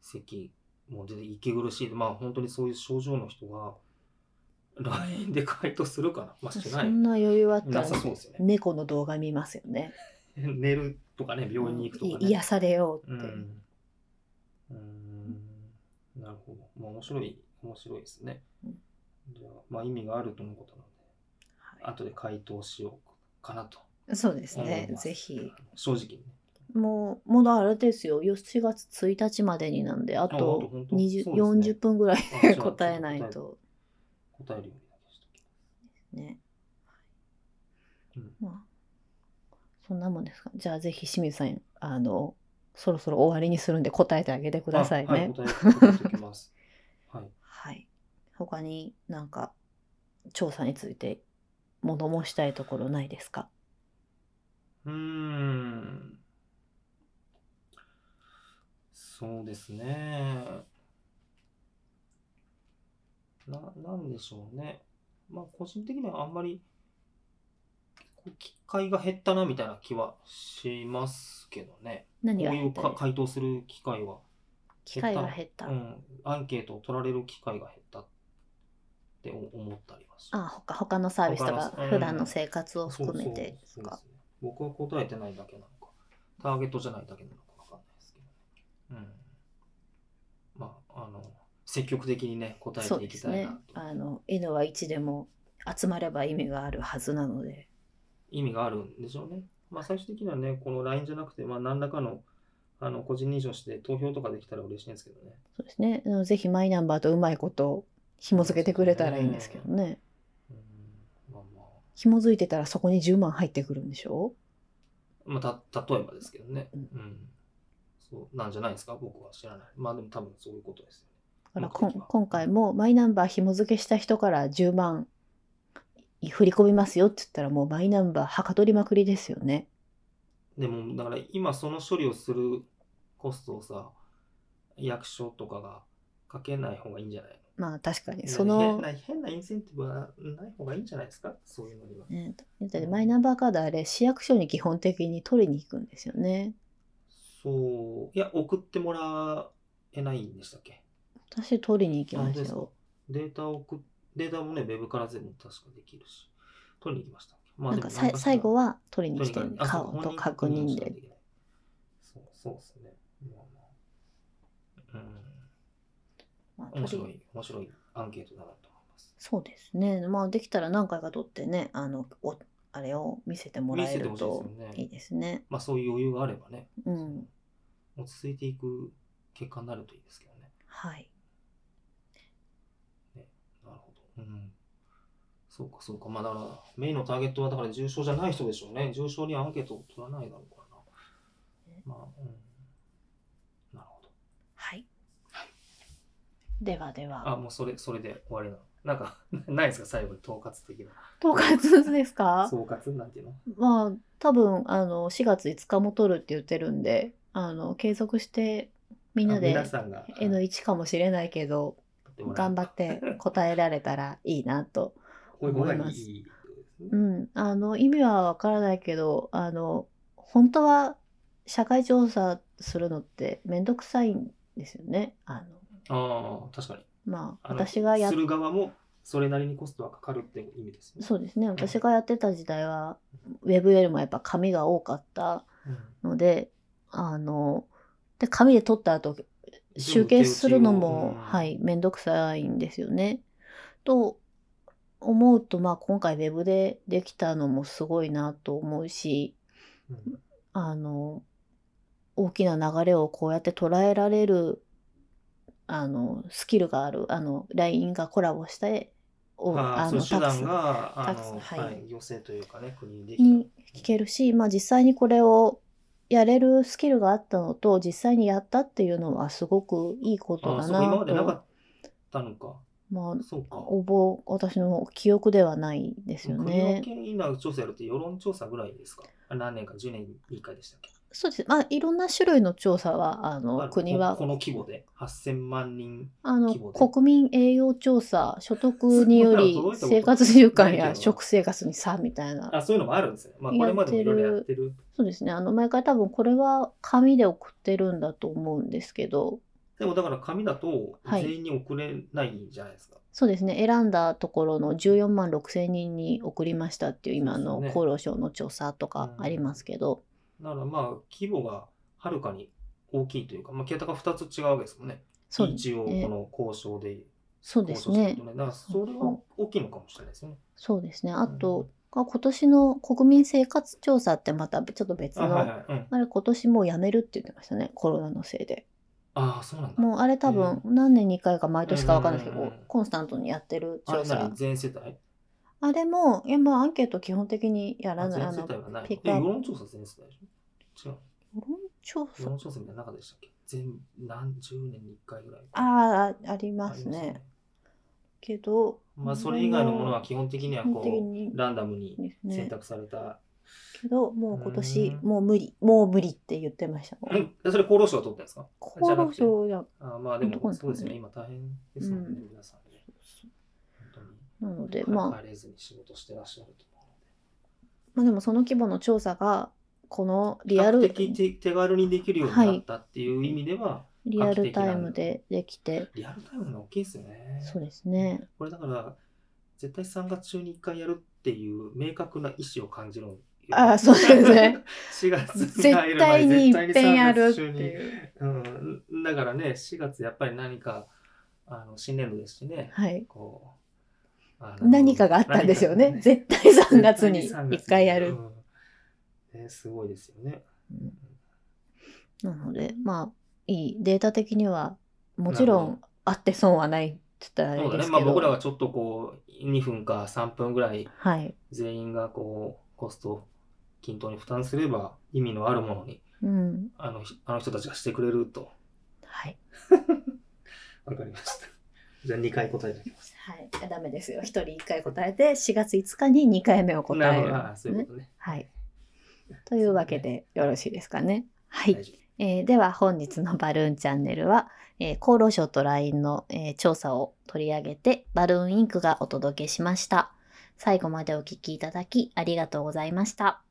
[SPEAKER 2] 咳も出て息苦しい。まあ本当にそういう症状の人が、LINE で回答するかなまあし
[SPEAKER 1] そ
[SPEAKER 2] ない。
[SPEAKER 1] んな余裕あった
[SPEAKER 2] な
[SPEAKER 1] ら
[SPEAKER 2] さそうですよね。
[SPEAKER 1] 猫の動画見ますよね。
[SPEAKER 2] 寝るとかね、病院に行くとか
[SPEAKER 1] い
[SPEAKER 2] ね。
[SPEAKER 1] 癒されよう
[SPEAKER 2] う
[SPEAKER 1] って。
[SPEAKER 2] ん。うーん。なるほど。まあ面白い、面白いですね
[SPEAKER 1] うん。
[SPEAKER 2] じゃあ、まあ意味があるとのことなので、
[SPEAKER 1] は
[SPEAKER 2] 後で回答しようかなと。
[SPEAKER 1] い、そうですね
[SPEAKER 2] 思い。ます
[SPEAKER 1] ぜひ。
[SPEAKER 2] 正直にね。
[SPEAKER 1] もう、まだあれですよ。4月1日までになんで、あ
[SPEAKER 2] あほんと
[SPEAKER 1] と
[SPEAKER 2] ほんと
[SPEAKER 1] 20
[SPEAKER 2] そうですね
[SPEAKER 1] 40分ぐらい
[SPEAKER 2] あじゃあちょっと
[SPEAKER 1] 答えないと。
[SPEAKER 2] 答えるようにだけしとき
[SPEAKER 1] ね。
[SPEAKER 2] うん
[SPEAKER 1] まあ、そんなもんですか。じゃあぜひ清水さん、あの、そろそろ終わりにするんで答えてあげてください
[SPEAKER 2] あはい、
[SPEAKER 1] ね。
[SPEAKER 2] 答え答えておきます。はい。
[SPEAKER 1] はい。他になんか、調査について物申したいところないですか
[SPEAKER 2] うーん。そうですね。な、なんでしょうね。まあ、個人的にはあんまり、こう機会が減ったなみたいな気はしますけどね。こう
[SPEAKER 1] 何が
[SPEAKER 2] い
[SPEAKER 1] 減
[SPEAKER 2] う
[SPEAKER 1] った
[SPEAKER 2] か回答する機会は。
[SPEAKER 1] 機会が減った。
[SPEAKER 2] うん。アンケートを取られる機会が減ったって思思ったりはします。
[SPEAKER 1] あほか他のサービスとか
[SPEAKER 2] 他のうん
[SPEAKER 1] 普段の生活を含めて
[SPEAKER 2] そうそうそう
[SPEAKER 1] か
[SPEAKER 2] ですね僕は答えてないだけなのか、ターゲットじゃないだけなのかわかんないですけど、ね、うん。まあ、あの、積極的にね、答え
[SPEAKER 1] そう
[SPEAKER 2] てい
[SPEAKER 1] で
[SPEAKER 2] き
[SPEAKER 1] す
[SPEAKER 2] たい
[SPEAKER 1] ね
[SPEAKER 2] なと。
[SPEAKER 1] あの N は1でも集まれば意味があるはずなので
[SPEAKER 2] 意味があるんでしょうね。まあ、最終的にはね、この LINE じゃなくて、まあ、何らかの、あの、個人認証して投票とかできたら嬉しいんですけどね。
[SPEAKER 1] そうですねあのぜひマイナンバーとうまいこと紐付けてくれたらいいんですけどね
[SPEAKER 2] うん。まあまあ。
[SPEAKER 1] 紐付いてたらそこに10万入ってくるんでしょ
[SPEAKER 2] まあ、た例えばですけどね、
[SPEAKER 1] う
[SPEAKER 2] うんんそうなんじゃないですか僕は知らないまあでも多分そういうことですよね
[SPEAKER 1] だからこ
[SPEAKER 2] 目
[SPEAKER 1] ん
[SPEAKER 2] 的は
[SPEAKER 1] 今回もマイナンバー紐付けした人から10万振り込みますよって言ったらもうマイナンバーはかどりまくりですよね
[SPEAKER 2] でもだから今その処理をするコストをさ役所とかがかけない方がいいんじゃない
[SPEAKER 1] まあ確かに
[SPEAKER 2] の
[SPEAKER 1] その
[SPEAKER 2] 変な変なインセンティブはない方がいいんじゃないですかそういうのには
[SPEAKER 1] ね、だってマイナンバーカードあれ市役所に基本的に取りに行くんですよね。
[SPEAKER 2] そういや送ってもらえないんでしたっけ
[SPEAKER 1] 私取りに行きま
[SPEAKER 2] あ本当で
[SPEAKER 1] し
[SPEAKER 2] す
[SPEAKER 1] た
[SPEAKER 2] か
[SPEAKER 1] よ。
[SPEAKER 2] データを送っデータもねウェブから全部確かできるし取りに行きましたま
[SPEAKER 1] なん
[SPEAKER 2] で
[SPEAKER 1] か
[SPEAKER 2] も
[SPEAKER 1] さい
[SPEAKER 2] 何しら
[SPEAKER 1] 最後は取りに来てる
[SPEAKER 2] あそ
[SPEAKER 1] 顔
[SPEAKER 2] う
[SPEAKER 1] と確認で。。
[SPEAKER 2] そう、そうですね。まあま
[SPEAKER 1] まあ
[SPEAKER 2] あうん。面白
[SPEAKER 1] 取り
[SPEAKER 2] い、面白いアンケートだなと思います。
[SPEAKER 1] そうですね。まあできたら何回か取ってね、あのおあれを見せてもらえると
[SPEAKER 2] 見せてほしいですよね
[SPEAKER 1] いいですね。
[SPEAKER 2] まあそういう余裕があればね、
[SPEAKER 1] うん、
[SPEAKER 2] 落ち着いていく結果になるといいですけどね。
[SPEAKER 1] はい。
[SPEAKER 2] なるほど。うん。そうか、そうか。まあだから、メインのターゲットはだから重症じゃない人でしょうね。重症にアンケートを取らないだろうから
[SPEAKER 1] ね
[SPEAKER 2] な。まあ、うん。なるほど。
[SPEAKER 1] はい。ではで
[SPEAKER 2] あ、
[SPEAKER 1] は。
[SPEAKER 2] もうそれ、それで終わりなの。なんか、 ないですか、最後に統括的な。
[SPEAKER 1] 統括ですか
[SPEAKER 2] 総括なんていうの
[SPEAKER 1] まあ多分あの4月5日も取るって言ってるんで、あの継続してみんなで
[SPEAKER 2] 皆さんがはい
[SPEAKER 1] N1 かもしれないけど、頑張って答えられたらいいなと。
[SPEAKER 2] こういう方がいい
[SPEAKER 1] 思いま
[SPEAKER 2] ですすね。
[SPEAKER 1] うん、あの意味はわからないけどあの本当は社会調査するのって面倒くさいんですよね。あの
[SPEAKER 2] ああ、確かに。
[SPEAKER 1] まあ
[SPEAKER 2] あの
[SPEAKER 1] 私がやっ
[SPEAKER 2] する側もそれなりにコストはかかるって意味ですね。
[SPEAKER 1] そうですね私がやってた時代はウェブよりもやっぱ紙が多かった
[SPEAKER 2] うん
[SPEAKER 1] のであので紙で取った後集計するのも、
[SPEAKER 2] うん
[SPEAKER 1] はい、めんどくさいんですよね。と思うと、まあ、今回 Web でできたのもすごいなと思うし、
[SPEAKER 2] うん
[SPEAKER 1] あの、大きな流れをこうやって捉えられるあのスキルがあるあの LINE がコラボしてを
[SPEAKER 2] ああ
[SPEAKER 1] の
[SPEAKER 2] そう手段が
[SPEAKER 1] タ
[SPEAKER 2] あ
[SPEAKER 1] クス
[SPEAKER 2] の、
[SPEAKER 1] は
[SPEAKER 2] はいい行政というかね国にできた
[SPEAKER 1] に聞けるし、まあ、実際にこれをやれるスキルがあったのと実際にやったっていうのはすごくいいこと
[SPEAKER 2] あ
[SPEAKER 1] だ
[SPEAKER 2] そう今ま
[SPEAKER 1] な
[SPEAKER 2] でなか
[SPEAKER 1] と
[SPEAKER 2] ったのか
[SPEAKER 1] まあ
[SPEAKER 2] そうか
[SPEAKER 1] おぼ私の記憶ではないですよ
[SPEAKER 2] 国の
[SPEAKER 1] ね。
[SPEAKER 2] 権威な調査やるって世論調査ぐらいですかあ何年か10年に1回でしたっけ
[SPEAKER 1] そうですまあいろんな種類の調査はあ
[SPEAKER 2] あ
[SPEAKER 1] の
[SPEAKER 2] る
[SPEAKER 1] 国は
[SPEAKER 2] ここの規模で8000万人
[SPEAKER 1] あの
[SPEAKER 2] 規模で
[SPEAKER 1] 国民栄養調査所得により
[SPEAKER 2] そんなの届
[SPEAKER 1] 生
[SPEAKER 2] いたこと
[SPEAKER 1] 活習慣
[SPEAKER 2] ないけ
[SPEAKER 1] や
[SPEAKER 2] ど
[SPEAKER 1] 食生活に差みたいな
[SPEAKER 2] あそういうのもあるんですね、まあ、これまでもいろいろやってる
[SPEAKER 1] そうですねあの毎回多分これは紙で送ってるんだと思うんですけど
[SPEAKER 2] でもだから紙だと
[SPEAKER 1] はい
[SPEAKER 2] 全員に送れないじゃないですか、
[SPEAKER 1] そうですね選んだところの14万6千人に送りましたっていう今
[SPEAKER 2] そ
[SPEAKER 1] の
[SPEAKER 2] うですね
[SPEAKER 1] 厚労省の調査とかありますけど、
[SPEAKER 2] だからまあ規模がはるかに大きいというか、まあ、桁が2つ違うわけですもんね
[SPEAKER 1] そうです
[SPEAKER 2] 一応
[SPEAKER 1] ね
[SPEAKER 2] この交渉で
[SPEAKER 1] そうで
[SPEAKER 2] 交
[SPEAKER 1] す
[SPEAKER 2] 渉してる
[SPEAKER 1] ね
[SPEAKER 2] とねだからそれは大きいのかもしれないですよね
[SPEAKER 1] そうですねあと、あ今年の国民生活調査ってまたちょっと別
[SPEAKER 2] あ
[SPEAKER 1] の、
[SPEAKER 2] はいはい、うん、
[SPEAKER 1] あれ今年もうやめるって言ってましたねコロナのせいで。
[SPEAKER 2] ああそうなんだ
[SPEAKER 1] もうあれ多分何年に1回か毎年か分かんないですけ
[SPEAKER 2] うんうん
[SPEAKER 1] ど
[SPEAKER 2] うんうん
[SPEAKER 1] コンスタントにやってる
[SPEAKER 2] あれ
[SPEAKER 1] 調査
[SPEAKER 2] 何全世帯
[SPEAKER 1] あれもいやまあアンケート基本的にやら
[SPEAKER 2] あ
[SPEAKER 1] ないあ
[SPEAKER 2] 全世
[SPEAKER 1] の
[SPEAKER 2] 帯はない
[SPEAKER 1] ピッ
[SPEAKER 2] のえ
[SPEAKER 1] クアッ
[SPEAKER 2] 世
[SPEAKER 1] プ
[SPEAKER 2] 論調査全世帯でしょ違う
[SPEAKER 1] 世論調
[SPEAKER 2] 世
[SPEAKER 1] 査
[SPEAKER 2] 論調査みたいな中でしたっけ全何十年に一回ぐらい
[SPEAKER 1] あああり
[SPEAKER 2] あり
[SPEAKER 1] ま
[SPEAKER 2] ますす
[SPEAKER 1] ねけど
[SPEAKER 2] まあそれ以外のものは基本的には
[SPEAKER 1] 基本
[SPEAKER 2] こ
[SPEAKER 1] 的
[SPEAKER 2] う
[SPEAKER 1] に
[SPEAKER 2] ランダムに
[SPEAKER 1] です
[SPEAKER 2] 選
[SPEAKER 1] ね
[SPEAKER 2] 択された、
[SPEAKER 1] けどもう今年
[SPEAKER 2] うん
[SPEAKER 1] もう無理もう無理って言ってましたもん
[SPEAKER 2] えそれ厚労省が取ったんですか
[SPEAKER 1] 厚
[SPEAKER 2] じゃな
[SPEAKER 1] 労
[SPEAKER 2] くて
[SPEAKER 1] 省や
[SPEAKER 2] あまあで
[SPEAKER 1] どこ
[SPEAKER 2] も
[SPEAKER 1] ですか
[SPEAKER 2] そ
[SPEAKER 1] ね
[SPEAKER 2] うですよね今大変ですもんね、
[SPEAKER 1] うん
[SPEAKER 2] 皆さんね本
[SPEAKER 1] なの
[SPEAKER 2] 当
[SPEAKER 1] で
[SPEAKER 2] に
[SPEAKER 1] まあ
[SPEAKER 2] 帰れずに仕事してらっしゃると思
[SPEAKER 1] まあでもその規模の調査がこの
[SPEAKER 2] う
[SPEAKER 1] リアル
[SPEAKER 2] 比較的手手軽にできるようになったっていう意味では、
[SPEAKER 1] リアルタイムでできて
[SPEAKER 2] リアルタイムが大きいですよね
[SPEAKER 1] そうですね
[SPEAKER 2] これだから絶対3月中に1回やるっていう明確な意思を感じるのよ
[SPEAKER 1] あーそうです ね
[SPEAKER 2] 4月
[SPEAKER 1] 絶
[SPEAKER 2] に入る前
[SPEAKER 1] 対にいっ
[SPEAKER 2] 絶
[SPEAKER 1] ぺ
[SPEAKER 2] 対に
[SPEAKER 1] ん
[SPEAKER 2] 3
[SPEAKER 1] やるっ
[SPEAKER 2] 月
[SPEAKER 1] て
[SPEAKER 2] 中に
[SPEAKER 1] いう
[SPEAKER 2] うん、だからね4月やっぱり何かあの新年度ですしね
[SPEAKER 1] はい
[SPEAKER 2] こうあの
[SPEAKER 1] 何かがあったんですよね。
[SPEAKER 2] 何かが
[SPEAKER 1] 絶対3月に1回や、
[SPEAKER 2] 絶
[SPEAKER 1] る。
[SPEAKER 2] 対に3月にうんねすごいですよね
[SPEAKER 1] なので、まあ、いい。データ的には、もちろ
[SPEAKER 2] なるほ
[SPEAKER 1] ん、あって損はないって言ったらあ
[SPEAKER 2] そ
[SPEAKER 1] れ
[SPEAKER 2] うだ
[SPEAKER 1] で
[SPEAKER 2] ね
[SPEAKER 1] す
[SPEAKER 2] ま
[SPEAKER 1] け
[SPEAKER 2] あ僕ら
[SPEAKER 1] ど、
[SPEAKER 2] がちょっとこう2分か3分ぐらい
[SPEAKER 1] はい。
[SPEAKER 2] 全員がこうコストを均等に負担すれば意味のあるものに
[SPEAKER 1] うん。
[SPEAKER 2] あのひあの人たちがしてくれると
[SPEAKER 1] はい。
[SPEAKER 2] わかりました じゃあ2回答えておきます
[SPEAKER 1] はい。いやダメですよ。1人1回答えて、4月5日に2回目を答
[SPEAKER 2] なる
[SPEAKER 1] え
[SPEAKER 2] ほ
[SPEAKER 1] る
[SPEAKER 2] どああそういう
[SPEAKER 1] ね。
[SPEAKER 2] ことね
[SPEAKER 1] はい。というわけで、よろしいですかね。はい。
[SPEAKER 2] 大丈夫
[SPEAKER 1] えーでは本日のバルーンチャンネルは、えー厚労省と LINE の、えー調査を取り上げてバルーンインクがお届けしました。最後までお聞きいただきありがとうございました。